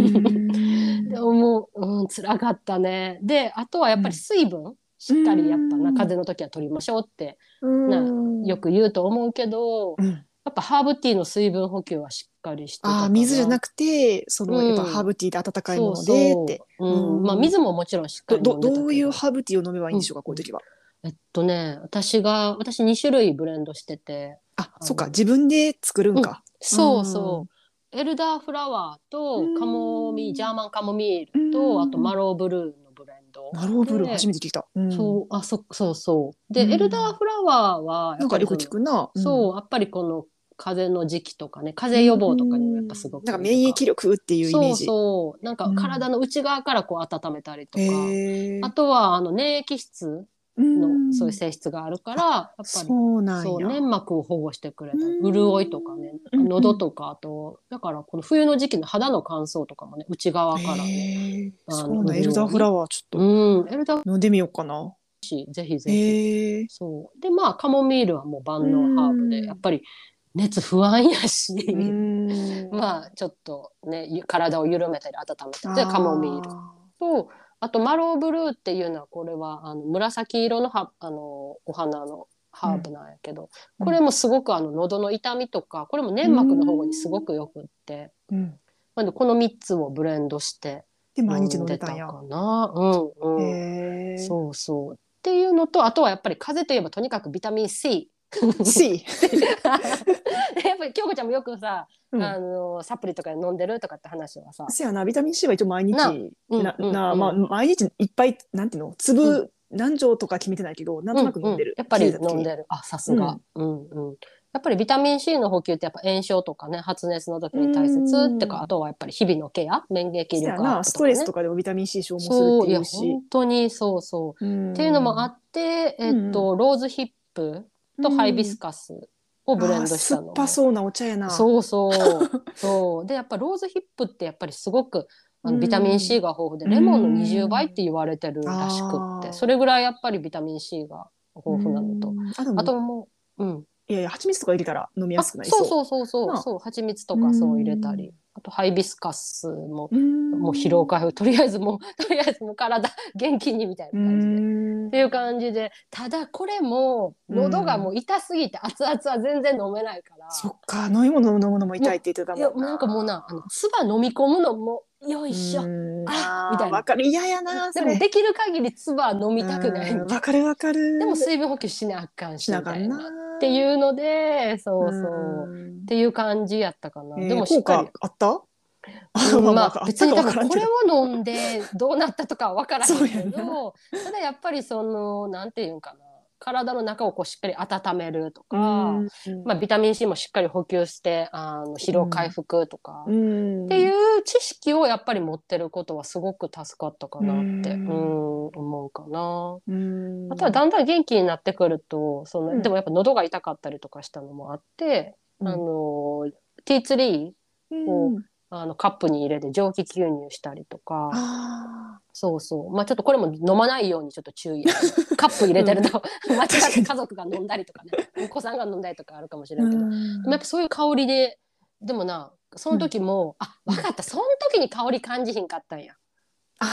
B: ん
A: でももう、うん、辛かったねであとはやっぱり水分、しっかりやっぱな風邪の時は取りましょうって
B: うん
A: よく言うと思うけど、
B: うん
A: やっぱハーブティーの水分補給はしっかりしてた
B: あー水じゃな
A: く
B: くてその
A: うん
B: やっぱハーブティーで温かいものでって
A: そうそう、うん
B: うん
A: まあ、水ももちろんしっかり
B: ど
A: 飲んで
B: ど
A: たけど
B: どういうハーブティーを飲めばいいんでしょうか、こういう時は
A: えっとね私が私2種類ブレンドしてて
B: あ
A: あの
B: そっか自分で作るんか、
A: そうそう、エルダーフラワーとカモミールジャーマンカモミール
B: うん
A: とあとマローブルーのブレンド。
B: なるほどブルー
A: ね
B: 初めて聞いた、うん
A: そうあそそうそうで、
B: うん
A: エルダーフラワーは
B: なんかよく聞くな、
A: やっぱりその
B: うん
A: そうやっぱりこの風邪の時期とかね風邪予防とかにもやっぱすごく
B: なんか免疫力っていうイメージ
A: そうそうなんか
B: うん
A: 体の内側からこう温めたりとか、
B: へー
A: あとはあの粘液質
B: うん
A: のそういう性質があるから、やっぱり
B: そうなんや
A: そう粘膜を保護してくれたり
B: うん
A: 潤いとかね
B: うんうん
A: 喉とかあとだからこの冬の時期の肌の乾燥とかもね内側から、
B: へー
A: あの
B: そうなんエルダーフラワーちょっ
A: うんエルダー
B: と飲んでみようかな
A: シーぜひぜひ、
B: へえ
A: そうでまあカモミールはもう万能ハーブで、
B: うん
A: やっぱり熱不安やし、
B: う ん
A: まあちょっとねゆ体を緩めたり温めたり
B: あー
A: でカモミールとあとマローブルーっていうのはこれはあの紫色のはあのお花のハーブなんやけど、
B: うん
A: これもすごくあの喉の痛みとかこれも粘膜の方にすごくよくって、
B: うん
A: まあ、この3つをブレンドして
B: で毎日
A: 飲
B: 飲
A: ん
B: んで
A: で
B: た
A: た
B: んや
A: かな。うんうん
B: へえ
A: そうそうっていうのとあとはやっぱり風邪といえばとにかくビタミン C。
B: C
A: やっぱり京子ちゃんもよくさ、
B: うん
A: あのサプリとか飲んでるとかって話はさ、
B: せやなビタミン C は一応毎日
A: な
B: な、
A: うんうん
B: な
A: うん
B: まあ、毎日いっぱいなんていうの粒、
A: う
B: 何錠とか決めてないけどなんとなく飲んでる、
A: ううやっぱり
B: 聞いた時
A: 飲んでるあさすが、うんうんやっぱりビタミン C の補給ってやっぱ炎症とかね発熱の時に大切って
B: う
A: か
B: ん
A: あとはやっぱり日々のケア免疫
B: せ
A: 力アップ
B: や
A: とか、
B: な
A: ね、
B: ストレスとかでもビタミン C 消
A: そ
B: 耗
A: うい
B: するってい
A: や
B: うし
A: 本当にそうそう、っていうのもあって、えっとローズヒップとハイビス
B: カ
A: カスをブレンドした
B: 酸
A: の
B: っ、ぱそうなお茶やな
A: そうそう そうでやっぱローズヒップってやっぱりすごくあのビタミン C が豊富で、
B: うん
A: レモンの20倍って言われてるらしくっ
B: あー
A: てそれぐらいやっぱりビタミン C が豊富なのと、
B: うんあでも
A: あともう、うん、
B: いやいや蜂蜜とか入れたら飲みや
A: あ
B: すく
A: そ
B: な
A: う
B: りそう
A: そうそうそ
B: な
A: う
B: あ
A: そう蜂蜜とかそう入れた
B: う
A: りあとハイビスカスも
B: うん
A: もう疲労回復とりあえずもう とりあえずもう体元気にみたいな感じで。
B: うん
A: っていう感じでただこれも喉がもう痛すぎて熱々は全然飲めないから、
B: そっか飲み物飲むのも痛いって言ってた
A: いや
B: もん
A: なんかもうなあの唾飲み込むのもよいしょ、
B: うん
A: あ
B: あー
A: みたいな
B: わかる嫌やな
A: で
B: そ
A: も
B: れ
A: できる限り唾は飲みたくない、
B: うんわかるわかる
A: でも水分補給しなあかんし
B: しな
A: み
B: あか
A: た
B: ん
A: い
B: な
A: なって
B: う
A: いうのでそうそう、っ
B: ん
A: ていう感じやったかな、
B: えー
A: でもしっ
B: 効
A: かり
B: 果あった
A: うんまあ、
B: あった
A: 別に
B: か
A: だ
B: わ
A: からら
B: ん
A: こ
B: け
A: れ
B: ど
A: を飲んでどうなったとかは分からへんけ
B: そうや
A: どただやっぱりそのなんていうんかな体の中をこうしっかり温めるとか、
B: うん
A: まあ、ビタミン C もしっかり補給してあの疲労回復とか、
B: うん
A: っていう知識をやっぱり持ってることはすごく助かったかなって、
B: う
A: うんん、思うかな。
B: うん
A: あとはだんだん元気になってくるとその、
B: うん
A: でもやっぱ喉が痛かったりとかしたのもあって、
B: うん
A: あのティーツリーこ
B: うん
A: あのカップに入れて蒸気吸入したりとか
B: あ
A: そうそうまあちょっとこれも飲まないようにちょっと注意カップ入れてる と、間違って家族が飲んだりとかねお子さんが飲んだりとかあるかもしれ
B: ー
A: んけど、
B: うん
A: でもやっぱそういう香りででもなその時も、あ分かったその時に香り感じひんかったんや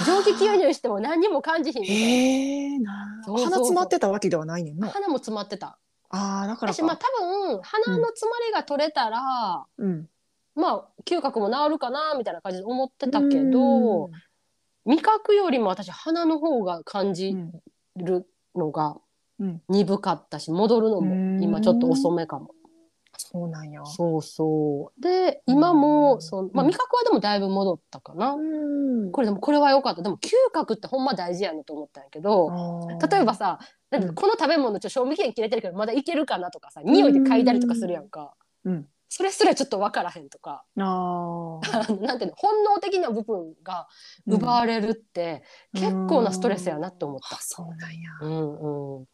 A: 蒸気吸入しても何にも感じひんみたい
B: へえな
A: そうそうそう
B: 鼻詰まってたわけではないねん
A: な
B: な
A: 鼻も詰まってた
B: ああだから
A: 私
B: か
A: まあ多分鼻の詰まりが取れたら、
B: うん
A: まあ嗅覚も治るかなみたいな感じで思ってたけど、味覚よりも私鼻の方が感
B: う
A: じ
B: ん
A: るのが
B: うん
A: 鈍かったし戻るの
B: うん
A: も今ちょっと遅めかも。
B: そうなんや
A: そうそうで今も
B: うん
A: その、まあ、味覚はでもだいぶ戻ったかな。
B: うん
A: これでもこれは良かったでも嗅覚ってほんま大事やなと思ったんやけど例えばさなんか
B: うん
A: この食べ物ちょっと賞味期限切れてるけどまだいけるかなとかさ匂いで嗅いだりとかするやんか
B: うん
A: それすらちょっと分からへんとか あ
B: あー
A: のなんていうの本能的な部分が奪われるって結構なストレスやなって思っ
B: あ
A: た。
B: そうなんや
A: うんうん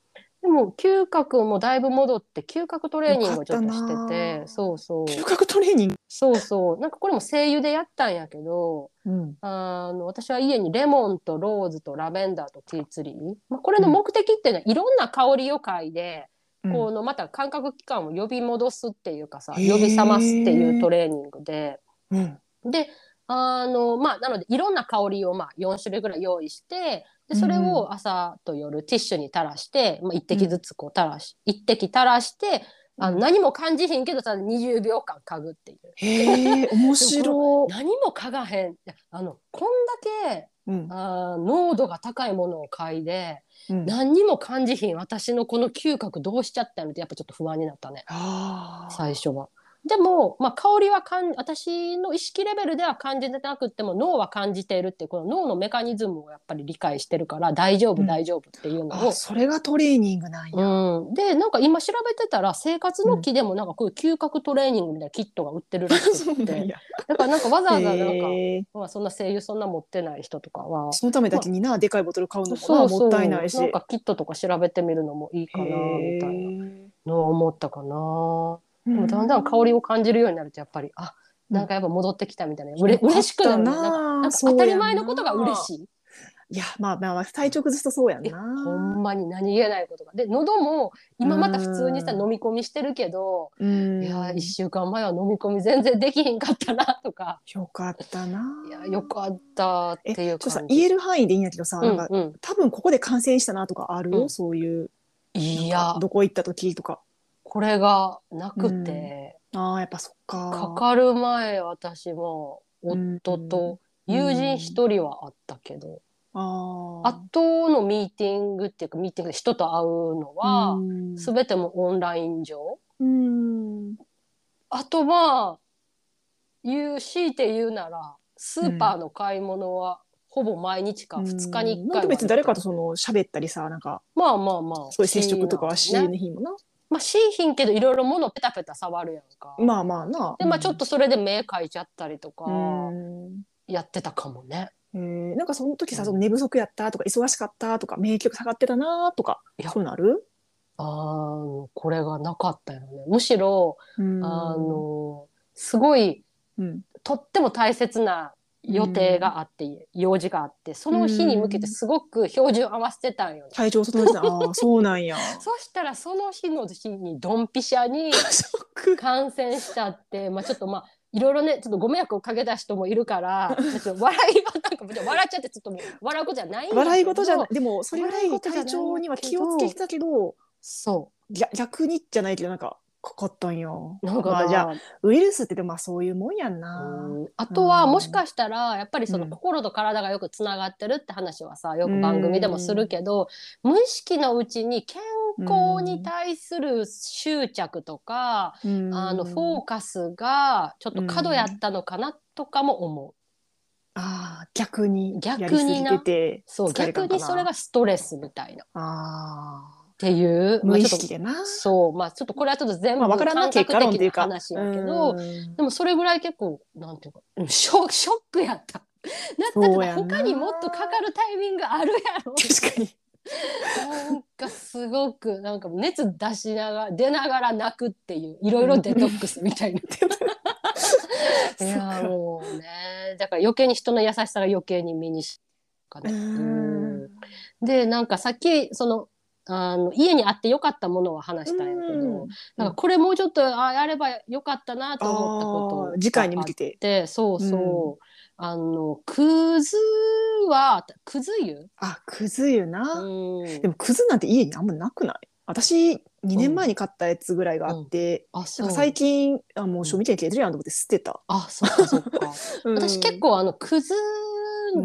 A: でも嗅覚もだいぶ戻って嗅覚トレーニングをちょっと
B: よか
A: し
B: ってたな
A: てそうそう
B: 嗅覚トレーニング
A: そうそうなんかこれも声優でやったんやけど
B: うん
A: あの私は家にレモンとローズとラベンダーとティーツリー、まあ、これの目的っていうのは、いろんな香りを嗅いで、このまた感覚器官を呼び戻すっていうかさ
B: へー
A: 呼び覚ますっていうトレーニングで
B: うん
A: であのまあなのでいろんな香りをまあ4種類ぐらい用意してでそれを朝と夜ティッシュに垂らして、まあ、1滴ずつこう垂らし1滴垂らしてあの何も感じひんけどただ20秒間嗅ぐっていう
B: へえ面白い
A: 何も嗅がへんあのこんだけ
B: うん
A: あー濃度が高いものを嗅いで
B: うん
A: 何にも感じひん私のこの嗅覚どうしちゃったのってやっぱちょっと不安になったね
B: あー
A: 最初は。でも、まあ、香りはかん私の意識レベルでは感じてなくても脳は感じているっていうこの脳のメカニズムをやっぱり理解してるから大丈
B: う
A: 夫
B: ん
A: 大丈夫っていうの
B: あ
A: を。
B: それがトレーニングなんや
A: うん、でなんか今調べてたら生活の木でもなんかこういう嗅覚トレーニングみたいなキットが売ってるらし
B: そ
A: く
B: う
A: っ
B: なん
A: て
B: や
A: だからなんかわざわざなんか、
B: へえ
A: まあ、そんな声優そんな持ってない人とかは
B: そのためだけになでかいボトル買うのも
A: そ
B: な
A: うそう
B: もったいないし
A: んかキットとか調べてみるのもいいかなみたいなのは思ったかな。でもだんだん香り
B: を
A: を感じるようになるとやっぱりあなんかやっぱ戻ってきたみたいな、うれ
B: よかったな
A: 嬉しくなるねなんかなんか
B: そう
A: 当
B: やな
A: たり前のことが嬉しい。
B: いや、まあまあ、体調崩すとそうやん
A: え
B: な。
A: ほんまに何気ないことが。で喉も今また普通にさ
B: うん
A: 飲み込みしてるけど、
B: うん。
A: いや1週間前は飲み込み全然できひんかったなとか
B: よかったな。
A: いやよかったって
B: え、
A: い
B: ちょ
A: う
B: っとさ
A: 感、じ。
B: 言える範囲でいいんやけどさ、
A: う
B: なん
A: ん
B: か、
A: うん、
B: 多分ここで感染したなとかある、
A: うん
B: そういう。
A: い
B: なん
A: や
B: かどこ行った時とか。
A: これがなくて、
B: ああ、やっぱそっか。
A: かかる前私も夫と友人一人はあったけど、
B: うん。ああ。
A: あとのミーティングっていうかミーティングで人と会うのは、
B: うん
A: 全てもオンライン上。
B: うん。
A: あとは言う強いて言うならスーパーの買い物はほぼ毎日か2日に
B: う
A: 1
B: んなん
A: 回は
B: か別に誰かとその喋ったりさ、なんか、
A: まあまあまあ
B: そういう接触とかはし
A: な
B: ない
A: ね
B: 日もな。
A: まあしいひんけどいろいろ物ペタペタ触るやんか、
B: まあまあな。
A: でまあちょっとそれで目かいちゃったりとか
B: うん。
A: やってたかもね、
B: えー、なんかその時さ、その寝不足やったとか忙しかったとか免疫力下がってたなとか
A: いや
B: そういうのある、
A: ああこれがなかったよねむしろ、
B: うん
A: あ、のすごい
B: うん、
A: とっても大切な予定があって、用事があってその日に向けてすごく標準合わせてたんよね、
B: 体調を整えてた ああそうなんや
A: そしたらその日の日にドンピシャに
B: ショック
A: 感染しちゃって、まあちょっとまあいろいろねちょっとご迷惑をかけた人もいるから、ちょっと笑いはなんか別に笑っちゃってちょっともう笑うことじゃないんだけど
B: 笑い事じゃないでもそれぐら
A: 笑い
B: い
A: 事じゃないけ
B: 体
A: ど
B: 調には気をつけてたけど
A: そ
B: 逆逆にじゃないけどなんかかかったんや
A: う。なんかな
B: まあ、じゃあウイルスってでもまあそういうもんやんな、
A: うんあとはもしかしたらやっぱりそうの
B: ん
A: 心と体がよくつながってるって話はさよく番組でもするけど、無意識のうちに健康に対する執着とか、
B: うん
A: あのフォーカスがちょっと過度やったのかなとかも思う。
B: ああ逆に
A: 逆にな
B: やりすぎてて
A: そう
B: 疲れた
A: 逆
B: んかな
A: にそれがストレスみたいなっ
B: ああ
A: ていう
B: 無意
A: まあ、
B: 識
A: ちょ
B: でな
A: っとそうまあちょっとこれはちょっと全部
B: まあわ
A: 感
B: からんな
A: 覚的
B: 結果論って
A: な
B: いうか
A: 話やけど、
B: うん
A: でもそれぐらい結構なんていうかうんショショックやった。な
B: そう
A: だ
B: や
A: っ
B: ん
A: て
B: な
A: 他にもっとかかるタイミングあるやろ
B: 確かに
A: なんかすごくなんか熱出しながら出ながら泣くっていういろいろデトックスみたい な。いやもうねだから余計に人の優しさが余計に身にしかね。うんでなんかさっきそのあの家にあってよかったものは話したんやけど、なんかこれもうちょっとあやればよかったなと思ったこと
B: あー次回に向けて
A: てそうそう、あのくずはくず湯、
B: あくず湯
A: う
B: な、
A: ん
B: でもくずなんて家にあんまなくない私2年前に買ったやつぐらいがあって、
A: あそ
B: なん
A: う
B: か最近あもう賞味期限切れてるやんと思って捨てた、
A: あそっかそっか
B: うん
A: 私結構あのくず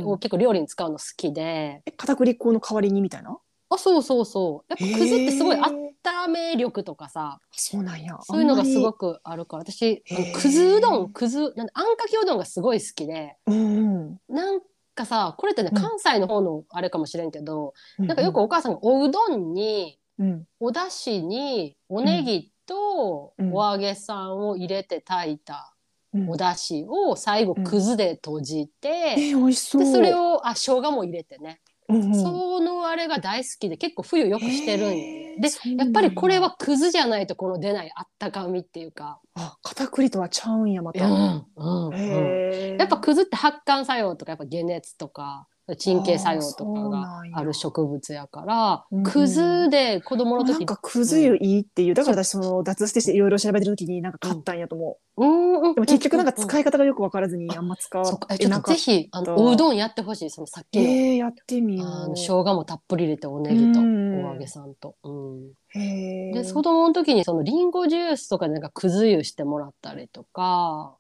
A: を結構料理に使うの好きで、
B: え片栗粉の代わりにみたいな
A: あそうそうそうやっぱくずってすごい
B: へー
A: 温め力とかさ
B: そうなんや
A: そういうのがすご
B: く
A: くあるから私あの
B: へー
A: くずうどんくずなんだあんかけうどんがすごい好きで
B: うん
A: なんかさこれってね
B: うん
A: 関西の方のあれかもしれんけど、
B: うん
A: なんかよくお母さんがおうどんに
B: うん
A: おだしにおねぎと
B: うん
A: お揚げさんを入れて炊いた
B: うん
A: おだしを最後くずで閉じ
B: え
A: て、
B: ー、美味しそう
A: でそれをあ生姜も入れてね、
B: うんうん
A: そのあれが大好きで結構冬よくしてるんよね
B: へー
A: で
B: そうな
A: やっ
B: ん
A: ぱりこれはくずじゃないとこの出ないあったかみっていうか。
B: あ片栗とはちゃうんやまた、
A: うんうんうん
B: へー
A: やっぱくずって発汗作用とかやっぱ解熱とか神経作用とか
B: あーそう
A: が
B: なんや
A: ある植物やから
B: うんうん
A: くずで子供の
B: な
A: 時
B: んかくず湯いいっていう、だから私その脱してしていろいろ調べてる時になんか買ったんやと思
A: うんうん
B: う、でも結局なんか
A: うんうん
B: 使い方がよく分からずにあんま使わ
A: そうかえち
B: え
A: ょ
B: な
A: っ
B: んか
A: とぜひあのおうどんやってほしいそのさっき
B: え
A: の,、
B: ー、やってみよ
A: あの
B: う
A: 生姜もたっぷり入れておネギと
B: うん
A: お揚げさんと、うん、
B: へ
A: で
B: ー
A: 子供の時にそのリンゴジュースとかでなんかくず湯してもらったりとか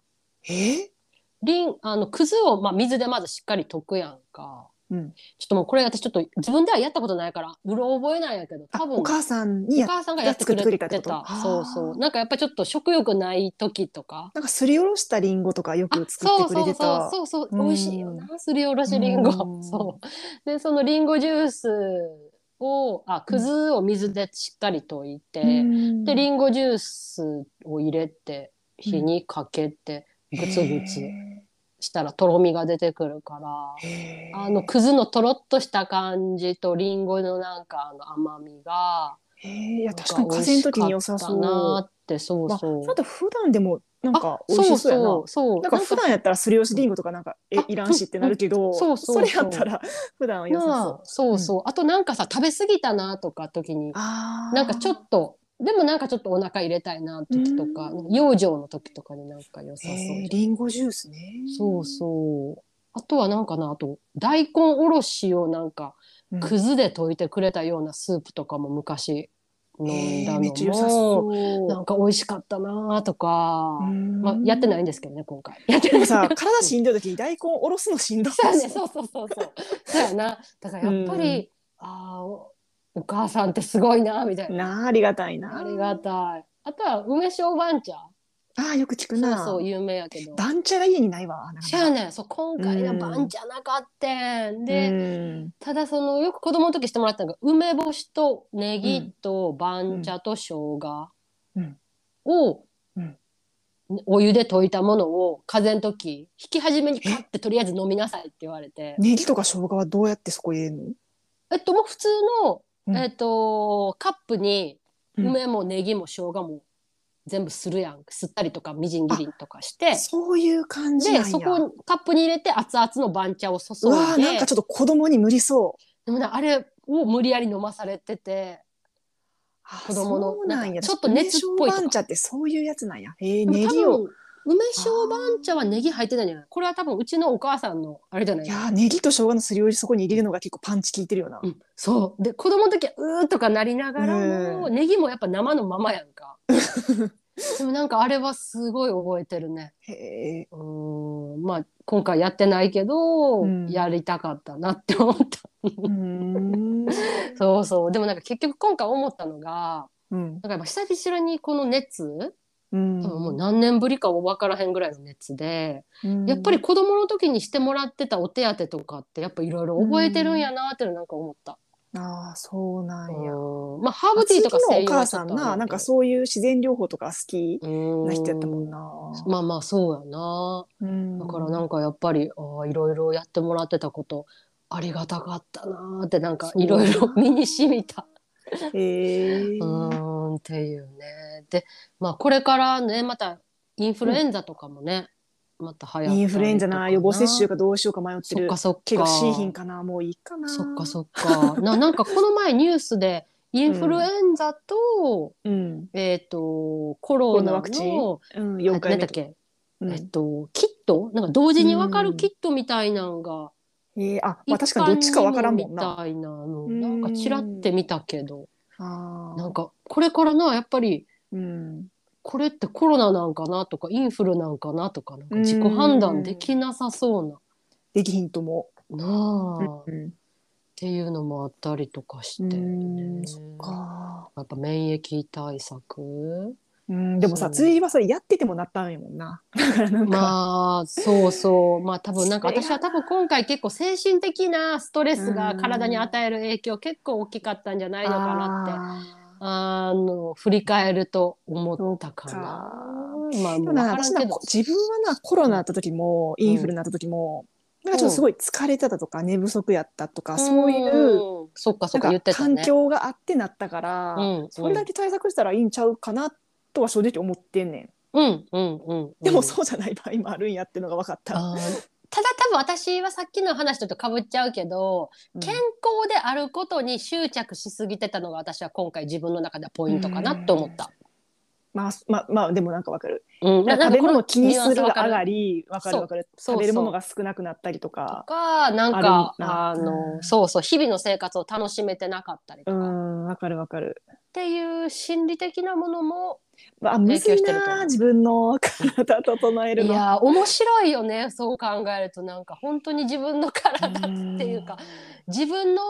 B: えー
A: リンあのくずを、まあ、水でまずしっかり溶くやんか。
B: うん、
A: ちょっともうこれ私ちょっと自分ではやったことないからうろ覚えなんやけど
B: あ
A: 多分
B: お母さんに
A: お
B: や
A: 母さんがやってくれ
B: 作っててくれたってこと
A: た
B: あー
A: そうそうなんかやっぱちょっと食欲ない時とか
B: なんかすりおろしたりんごとかよ
A: あ
B: く作
A: そ
B: っ
A: う
B: てく
A: そう
B: れて
A: そう
B: た
A: そうそう
B: うん
A: 美味しいよなすりおろしりんご
B: うん
A: そうでそのりんごジュースをあくずを水でしっかり溶いて、
B: うん
A: でりんごジュースを入れて火にかけてグツグツ
B: へ
A: したらとろみが出てくるから
B: ーへー
A: あのくずのとろっとした感じとりんごのなんかあの甘みが
B: へーいや確かに風邪の時に良さそう
A: なってそう
B: まあ、
A: そう
B: あと普段でもなんか美味
A: そ
B: し
A: う
B: そうやな
A: そうそう
B: なんか普段やったらすりおしりんごとかなんかえ
A: あ
B: いらんしってなるけど、
A: うんそうそうそう
B: れやったら普段は良さ
A: な
B: そ
A: あ
B: う。
A: そうそう、あとなんかさ食べ過ぎたなとか時に
B: あー
A: なんかちょっとでもなんかちょっとお腹入れたいな時とか
B: う
A: 養生の時とかになんか良さそう
B: へ
A: じゃん
B: えリンゴジュースね。
A: そうそうあとはなんかなあと大根おろしをなんか
B: うん。
A: くずで溶いてくれたようなスープとかも昔飲ん
B: へ
A: だ
B: え
A: の
B: めっちゃ良さ
A: も
B: そう。
A: なんか美味しかったなとか、
B: うん
A: まあ、やってないんですけどね今回やって
B: で
A: ない
B: もさ体しんどい時に大根おろすのしんどい。
A: そうやね、そうそうそう そう。そうやな、だからやっぱり、ああ、おお母さんってすごいなみたいな。
B: なあありがたいな。
A: ありがたい。あとは梅酒おばん茶。
B: ああよく聞く
A: そう
B: な。
A: そう、有名やけど。
B: 番茶が家にないわ。なかなか
A: しゃあねん、そう、今回
B: う
A: の
B: ん
A: ばん茶なかってん。で、
B: うん
A: ただその、よく子供の時してもらったのが、梅干しとネギと番茶と生姜
B: うん
A: を
B: うん、
A: お湯で溶いたものを風邪の時引き始めに買ってとりあえず飲みなさいって言われて
B: ネギとか生姜はどうやってそこ入れるの？
A: えっともう普通の、
B: うん
A: えっとカップに
B: うん
A: 梅もネギも生姜も全部するやんすったりとかみじん切りとかして
B: そういう感じなん
A: で
B: や。
A: そこにカップに入れて熱々の番茶を注
B: うわあ
A: い
B: なん
A: で
B: かちょっと子供に無理そう。
A: でもねあれを無理やり飲まされてて
B: あ
A: 子供の
B: そうなん
A: なん
B: や
A: かちょっと熱っぽいとか
B: 梅小番茶ってそういうやつなんやへえ
A: でも
B: ネ
A: 多
B: ギを
A: 分梅小番茶はネギ入ってないんじゃないこれは多分うちのお母さんのあれじゃない
B: いやーネギと生姜のすりおろしそこに入れるのが結構パンチ効いてるよな、
A: うん、そうで子供の時はうーとかなりながらも、
B: う
A: ネギもやっぱ生のままやんかでもなんかあれはすごい覚えてるね
B: へえ
A: うーんまあ今回やってないけど、
B: うん
A: やりたかったなって思った
B: うーん
A: そうそうでもなんか結局今回思ったのが
B: うん
A: なんかやっぱ久々にこの熱
B: うん
A: 多分もう何年ぶりか分からへんぐらいの熱で、
B: うん
A: やっぱり子供の時にしてもらってたお手当とかってやっぱいろいろ覚えてるんやなっていうのなんか思った、
B: ああそうなんや
A: うんまあハーブティーとか
B: 厚木の
A: 西
B: お
A: 洋はちょ
B: 母さ
A: っ
B: ん
A: とあれやけ
B: な
A: ど
B: なんかそういう自然療法とか好きな人やったもん
A: な。
B: な
A: まあまあそうやな。
B: うん
A: だからなんかやっぱりああいろいろやってもらってたことありがたかったなーってなんかいろい
B: そう
A: ろ 身に染みた。
B: へえ
A: うーんっていうね。でまあこれからねまたインフルエンザとかもね、また流行ったりとか
B: インフルエンザな予防接種かどうしようか迷って
A: そっ
B: る
A: かそっか。
B: 怪我しいひんかなもういいかな
A: そっかそっか。ななんかこの前ニュースでインフルエンザと、
B: うん
A: えっ、とコロナ
B: コロナワクチン
A: の
B: うん
A: あ
B: 4回
A: 何だっ
B: 目
A: け
B: うん
A: えっと、キットなんか同時に分か
B: う
A: る
B: ん
A: キットみたいなのが、
B: えー、あ、まあ、
A: 一
B: 確かにどっちかわからんも
A: 般
B: ん
A: に
B: な。
A: みたいなの、
B: うん
A: なんかちらって見たけど、
B: あ
A: なんかこれからな、やっぱり
B: うん、
A: これってコロナなんかなとか、インフルなんかなとか、なんか自己判断できなさそ
B: できひんとも。
A: うな、なあ、
B: う
A: っ
B: ん、
A: ていうのもあったりとかして、
B: うんそっか。
A: やっぱ免疫対策
B: うん、でもさ、
A: そう
B: 釣りはそれやっててもなったんやもんな。だからなんか。
A: まあそうそうまあ多分なんか
B: それ
A: 私
B: が
A: は多分今回結構精神的なストレスが体に与える影響結構大きかったんじゃないのかなって
B: あ
A: あの振り返ると思った
B: ー
A: か
B: そっ
A: な。
B: か
A: まあも
B: でも
A: う分
B: な
A: から
B: 私
A: ん
B: な
A: けど
B: こ自分はなコロナあった時もインフルになった時も、なんかちょっとすごい疲れてたとか寝不足やったとか、そういう
A: うんそっかそっか
B: な
A: 言っ
B: ん
A: て
B: か
A: た
B: 環
A: ね。
B: 境があってなったから、
A: うん
B: それだけ対策したらいいんちゃうかなとは正直思ってんねん。
A: うんうんうんうん。
B: でも
A: う
B: そうじゃない場合もあるんやってのが分かった。
A: あーただ多分私はさっきの話とちょっとかぶっちゃうけど、
B: うん
A: 健康であることに執着しすぎてたのが私は今回自分の中ではポイントかなと思った。
B: まあまあまあでもなんかわかる。
A: うん、な
B: 食べ物気にす
A: なんかこのニ
B: るが
A: ュアンスわか
B: 上がりわ
A: そ
B: か
A: う
B: るわかる。
A: そうそう
B: 食べるものが少なくなったりと
A: と
B: か。
A: かなんか
B: あるな
A: あの、
B: うん
A: そうそう日々の生活を楽しめてなかったり
B: う
A: とか、っ
B: んわかるわかる。
A: ていう心理的なものも
B: あむず
A: 影響
B: い
A: してると思う
B: な自分の体整える
A: い
B: の。
A: やー面白いよねそう考えるとなんか本当に自分の体 っていうか、自分の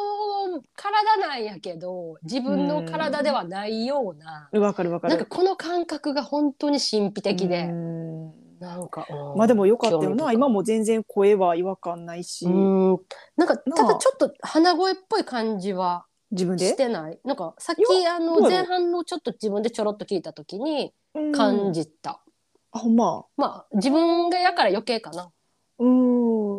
A: 体なんやけど自分の体ではないような、
B: うん。わかるわか
A: なんか
B: る。
A: この感覚が本当に神秘的
B: う
A: で、
B: ん
A: なんか、うん
B: まあでもよかったよ
A: 興味深
B: な。
A: い
B: 今も全然声は違和感ないし、
A: うんなんか
B: なあ
A: ただちょっと鼻声っぽい感じは
B: 自分
A: し
B: で
A: てないなんかさっ
B: い
A: きあの
B: どうやろう
A: 前半のちょっと自分でちょろっと聞いた時に
B: うん
A: 感じた、
B: あほんま。
A: まあ自分がやから余計かな
B: う。
A: う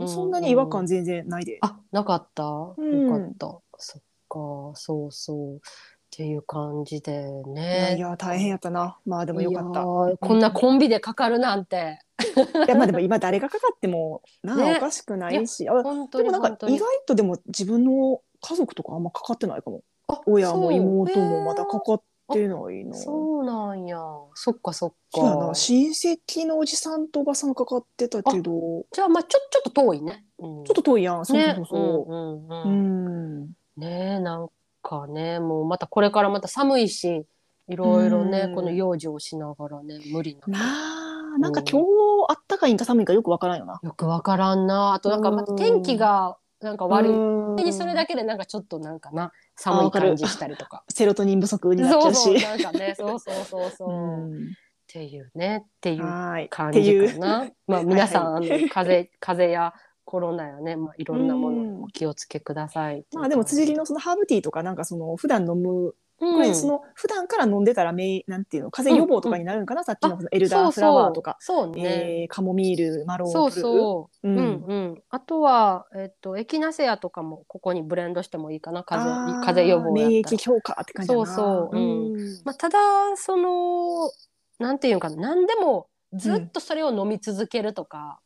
A: んん
B: そんなに違和感全然ないで。
A: あなかった、
B: うん
A: よかったそっかそうそうっっていう感じで
B: い
A: ね。
B: や大変やったなまあでもよかった
A: いやーこんなコンビでかかるなんて。
B: いやまあでも今誰がかかってもな、
A: ね
B: おかしくないしあ
A: 本当
B: で
A: に
B: もなん
A: 本
B: か
A: 当
B: 意
A: に
B: 外。とでも自分の家族とかあんまかかってないかも
A: あ
B: 親
A: そ
B: も
A: う
B: 妹もまだ
A: へー
B: かかってないのそう
A: そうなんや。そっかそっ
B: やな
A: か。
B: 親戚のおじさんとおばさんかかってたけど
A: じゃあまあちょちょっと遠いね。うん
B: ちょっと遠いやんそうそう
A: ね
B: そうそう
A: うんうん
B: う
A: うん
B: ん、
A: ねえなんかねもうまたこれからまた寒いしいろいろね、
B: うん
A: この幼児をしながらね無理な。
B: なあなんか今日あったかいんか寒いんかよくわからんよな
A: よくわからんなあとなんかまた
B: うん
A: 天気がなんか悪い。
B: うん
A: にそれだけでなんかちょっとなんかな寒い
B: わかる
A: 感じしたりとか
B: セロトニン不足になっちゃ
A: そうそ
B: う
A: う
B: し
A: なんか ねそうそうそうそう、っ
B: うん
A: ていうねっていう
B: はい
A: 感
B: って
A: じ
B: い
A: か
B: う
A: な まあ皆さん、
B: はい
A: あの風邪風邪やコロナやね、まあ、いろんなものにお気をつけください
B: まあでも辻りのそのハーブティーとかなんかその普段飲む
A: こ
B: これその普段から飲んでたらめいなんていうの風邪予防とかになるんかな、さっきのそのエルダーフラワーとか
A: そうそうそうね、
B: えーカモミールマロ
A: そう
B: ープル
A: そうう、
B: ん
A: うんうん、あとは、えっと、エキナセアとかもここにブレンドしてもいいかな風
B: あ
A: 邪
B: ー
A: 風邪予防や
B: 免
A: った
B: 疫
A: ら、
B: 強化って感じだな
A: そうそううん
B: ん
A: まあ、ただそのなんていうんかな何でもずっとそれを飲み続けるとか、
B: うん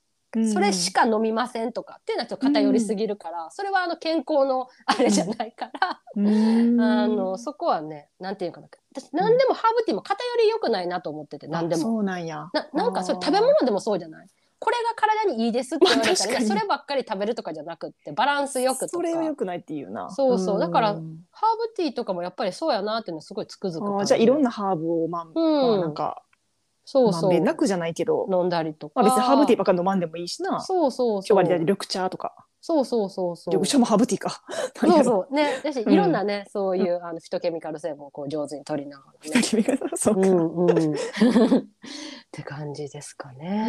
A: それしか飲みませんとかっていうのはちょっと偏りすぎるから、それはあの健康のあれじゃないから、
B: うん
A: あのそこはねなんていうんかな私何でもハーブティーも偏り良くないなと思ってて何で
B: あ
A: も。
B: そうなんや
A: ななんかそれ
B: あー
A: 食べ物でもそうじゃないこれが体にいいですって言われたら、
B: まあ確か
A: い
B: に
A: やそればっかり食べるとかじゃなくってバランスよくと
B: そ
A: か
B: れは良くないっていうな
A: そうそうんだからハーブティーとかもやっぱりそうやなっていうのはすごいつくづく
B: あーじゃあいろ
A: な
B: んなハーブをまあ、ま
A: う
B: あ
A: ん
B: なんか
A: そう
B: まん
A: そ
B: べ
A: うん
B: なくじゃないけど
A: 飲んだりとか、
B: まあ別にハーブティーばっか飲まんでもいいしな
A: そうそうそ
B: 今
A: う
B: 日は緑茶とか
A: そうそうそうそう
B: 緑茶もハーブティーか何
A: そう
B: やろ
A: そうねだし
B: うん
A: いろんなね、そういうあのフィトケミカル成分をこう上手に取りながらね
B: 緑茶そうか、
A: うん うんって感じですかね、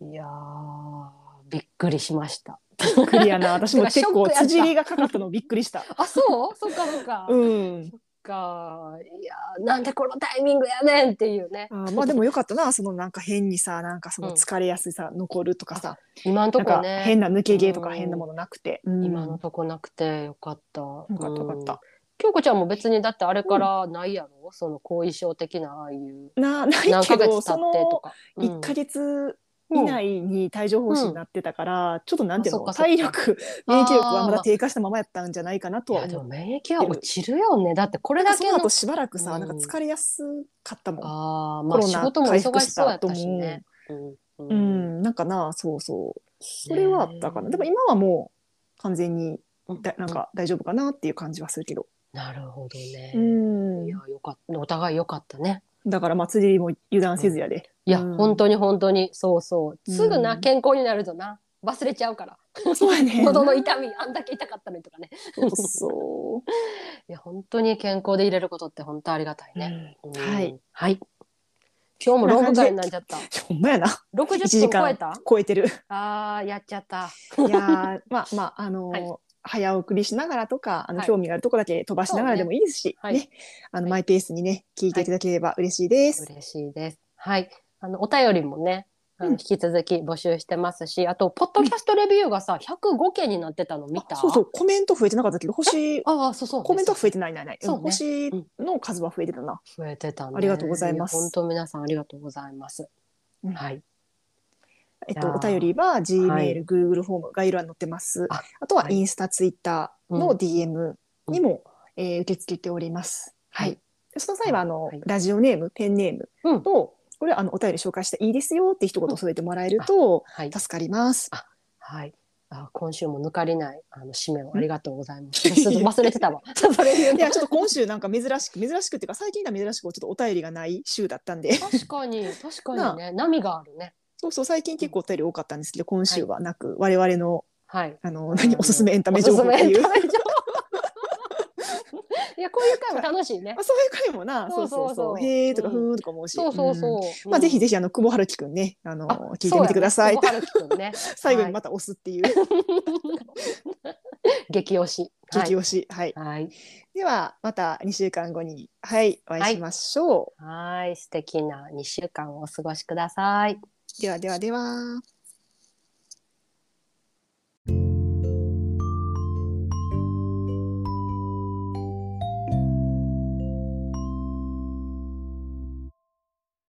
A: いやーびっくりしました
B: クリアな私も結
A: てかショッ
B: 構
A: クやった
B: 辻りがかかったのびっくりした。
A: あそうそうかそうか、
B: うん、
A: かいやーなんでこのタイミングやねんっていうね
B: あーまあでもよかったなそのなんか変にさなんかそ
A: うん
B: の疲れやすいさ、残るとかさ
A: 今の
B: な
A: と
B: ん
A: こ
B: か
A: ね
B: 変な抜け毛と
A: う
B: か
A: ん
B: 変なものなくて、うん
A: 今のとこなくてよかったよ
B: よかったよかった、
A: 京子ちゃんも別にだってあれからないやろ、その後遺症的なああいう
B: なない
A: 何
B: け
A: ヶ月経
B: ど
A: って
B: そ
A: と
B: の
A: か
B: 1ヶ
A: 月
B: 月以内に帯状疱疹になってたから、ちょっとなんていう
A: あそ
B: の
A: っかそっか
B: 体力免疫力
A: あー
B: はまだ低下したままやったんじゃないかなと
A: い
B: は
A: やで
B: 思う
A: も免疫は落ちるよねだってこれだ
B: そ
A: け
B: の
A: の
B: 後しばらくさ、
A: うん
B: なんか疲れやすかったもん
A: ああ
B: コ
A: まあ
B: ロ
A: 仕
B: ナ
A: 事も
B: 回復
A: 忙し
B: し
A: そうや
B: た
A: っ
B: と
A: た
B: 思う
A: しねうん
B: う
A: うん
B: ん、なんかな、そうそう。それはあったかな。でも今はもう完全にだなんか大丈夫かなっていう感じはするけど。
A: なるほどね、
B: うん
A: いや。よかったお互いよかったね
B: だから祭りも油断せずやで。
A: いや、
B: うん
A: 本当に本当にそうそうすぐな、
B: うん
A: 健康になるとな忘れちゃうから
B: そう やね
A: 喉の痛みあんだけ痛かったのにとかね
B: そうそ。
A: いや本当に健康でいれることって本当ありがたいうね、
B: うん
A: うん
B: はい。
A: はい今日もロング回にな っちゃった
B: ほんまやな。一
A: 60
B: 時
A: 分超え
B: 間
A: た
B: 超えてる。
A: あーやっちゃった
B: いやー、 まあまあ、あのー
A: はい
B: 早送りしながらとか、あの、
A: はい
B: 興味があるとこだけ飛ばしながらでもいいですし、
A: そう
B: ね
A: ね
B: あ
A: は
B: の、
A: い
B: マイペースにね、聞いていただければ嬉しいです。
A: 嬉しいですはいあのお便りもねあの
B: うん
A: 引き続き募集してますし、あとポッドキャストレビューがさ105件になってたの見た
B: あそうそう、コメント増えてなかったけど、星、
A: ああそうそうね
B: コメントは増えてないないない。
A: そうね
B: うん星の数は増えてたな。
A: 増えてたね
B: ありがとうございます
A: や本当皆さんありがとうございます。
B: うん
A: はい。
B: えっ
A: いや
B: と、
A: ー
B: お便りは G メ
A: は
B: ー
A: い
B: ル、Google フォーム、概要欄に載ってます。
A: あ
B: あとは
A: はい
B: インスタ、ツイッター
A: う
B: の
A: ん
B: DM にも、えー受け付けております。は
A: はい
B: い。その際は、あの、
A: はい
B: ラジオネーム、ペンネーム
A: うん
B: と、これはあのお便り紹介していいですよって一言添えてもらえると
A: はい。
B: 助かります。
A: はい。あ今週も抜かりないあの締めをありがとうございます。ちょっと忘れてた わ。それ言う
B: いや
A: の
B: ちょっと今週なんか珍しく珍しくっていうか最近では珍しくちょっとお便りがない週だったんで
A: 確かに確か
B: な
A: に
B: あ
A: ね波があるね。
B: そうそう最近結構お便り多かったんですけど今週はなく、我々の
A: はい。
B: あの
A: うん
B: 何おすすめエンタメ
A: おす
B: 情
A: す
B: 報っ
A: め
B: ていう
A: エンタメ情報 いやこういう回も楽しいね
B: あ。そういう回もな、
A: そ
B: そうう
A: そ
B: そうう
A: そ
B: そうう。へえとか
A: うん
B: ふーんとか思うし。
A: そうそう
B: うん。
A: そう。
B: まあぜひぜ
A: ひ。
B: ひあの久保春樹くんね、あの
A: あ
B: 聞いてみてください。
A: そうやね久保春樹 くんね
B: 最後にまた押すっていう
A: 激推し。
B: 激推し。はい。
A: はい。
B: ではまた2週間後にはいお会いしましょう。
A: はい。はい素敵な2週間をお過ごしください。
B: ではではでは。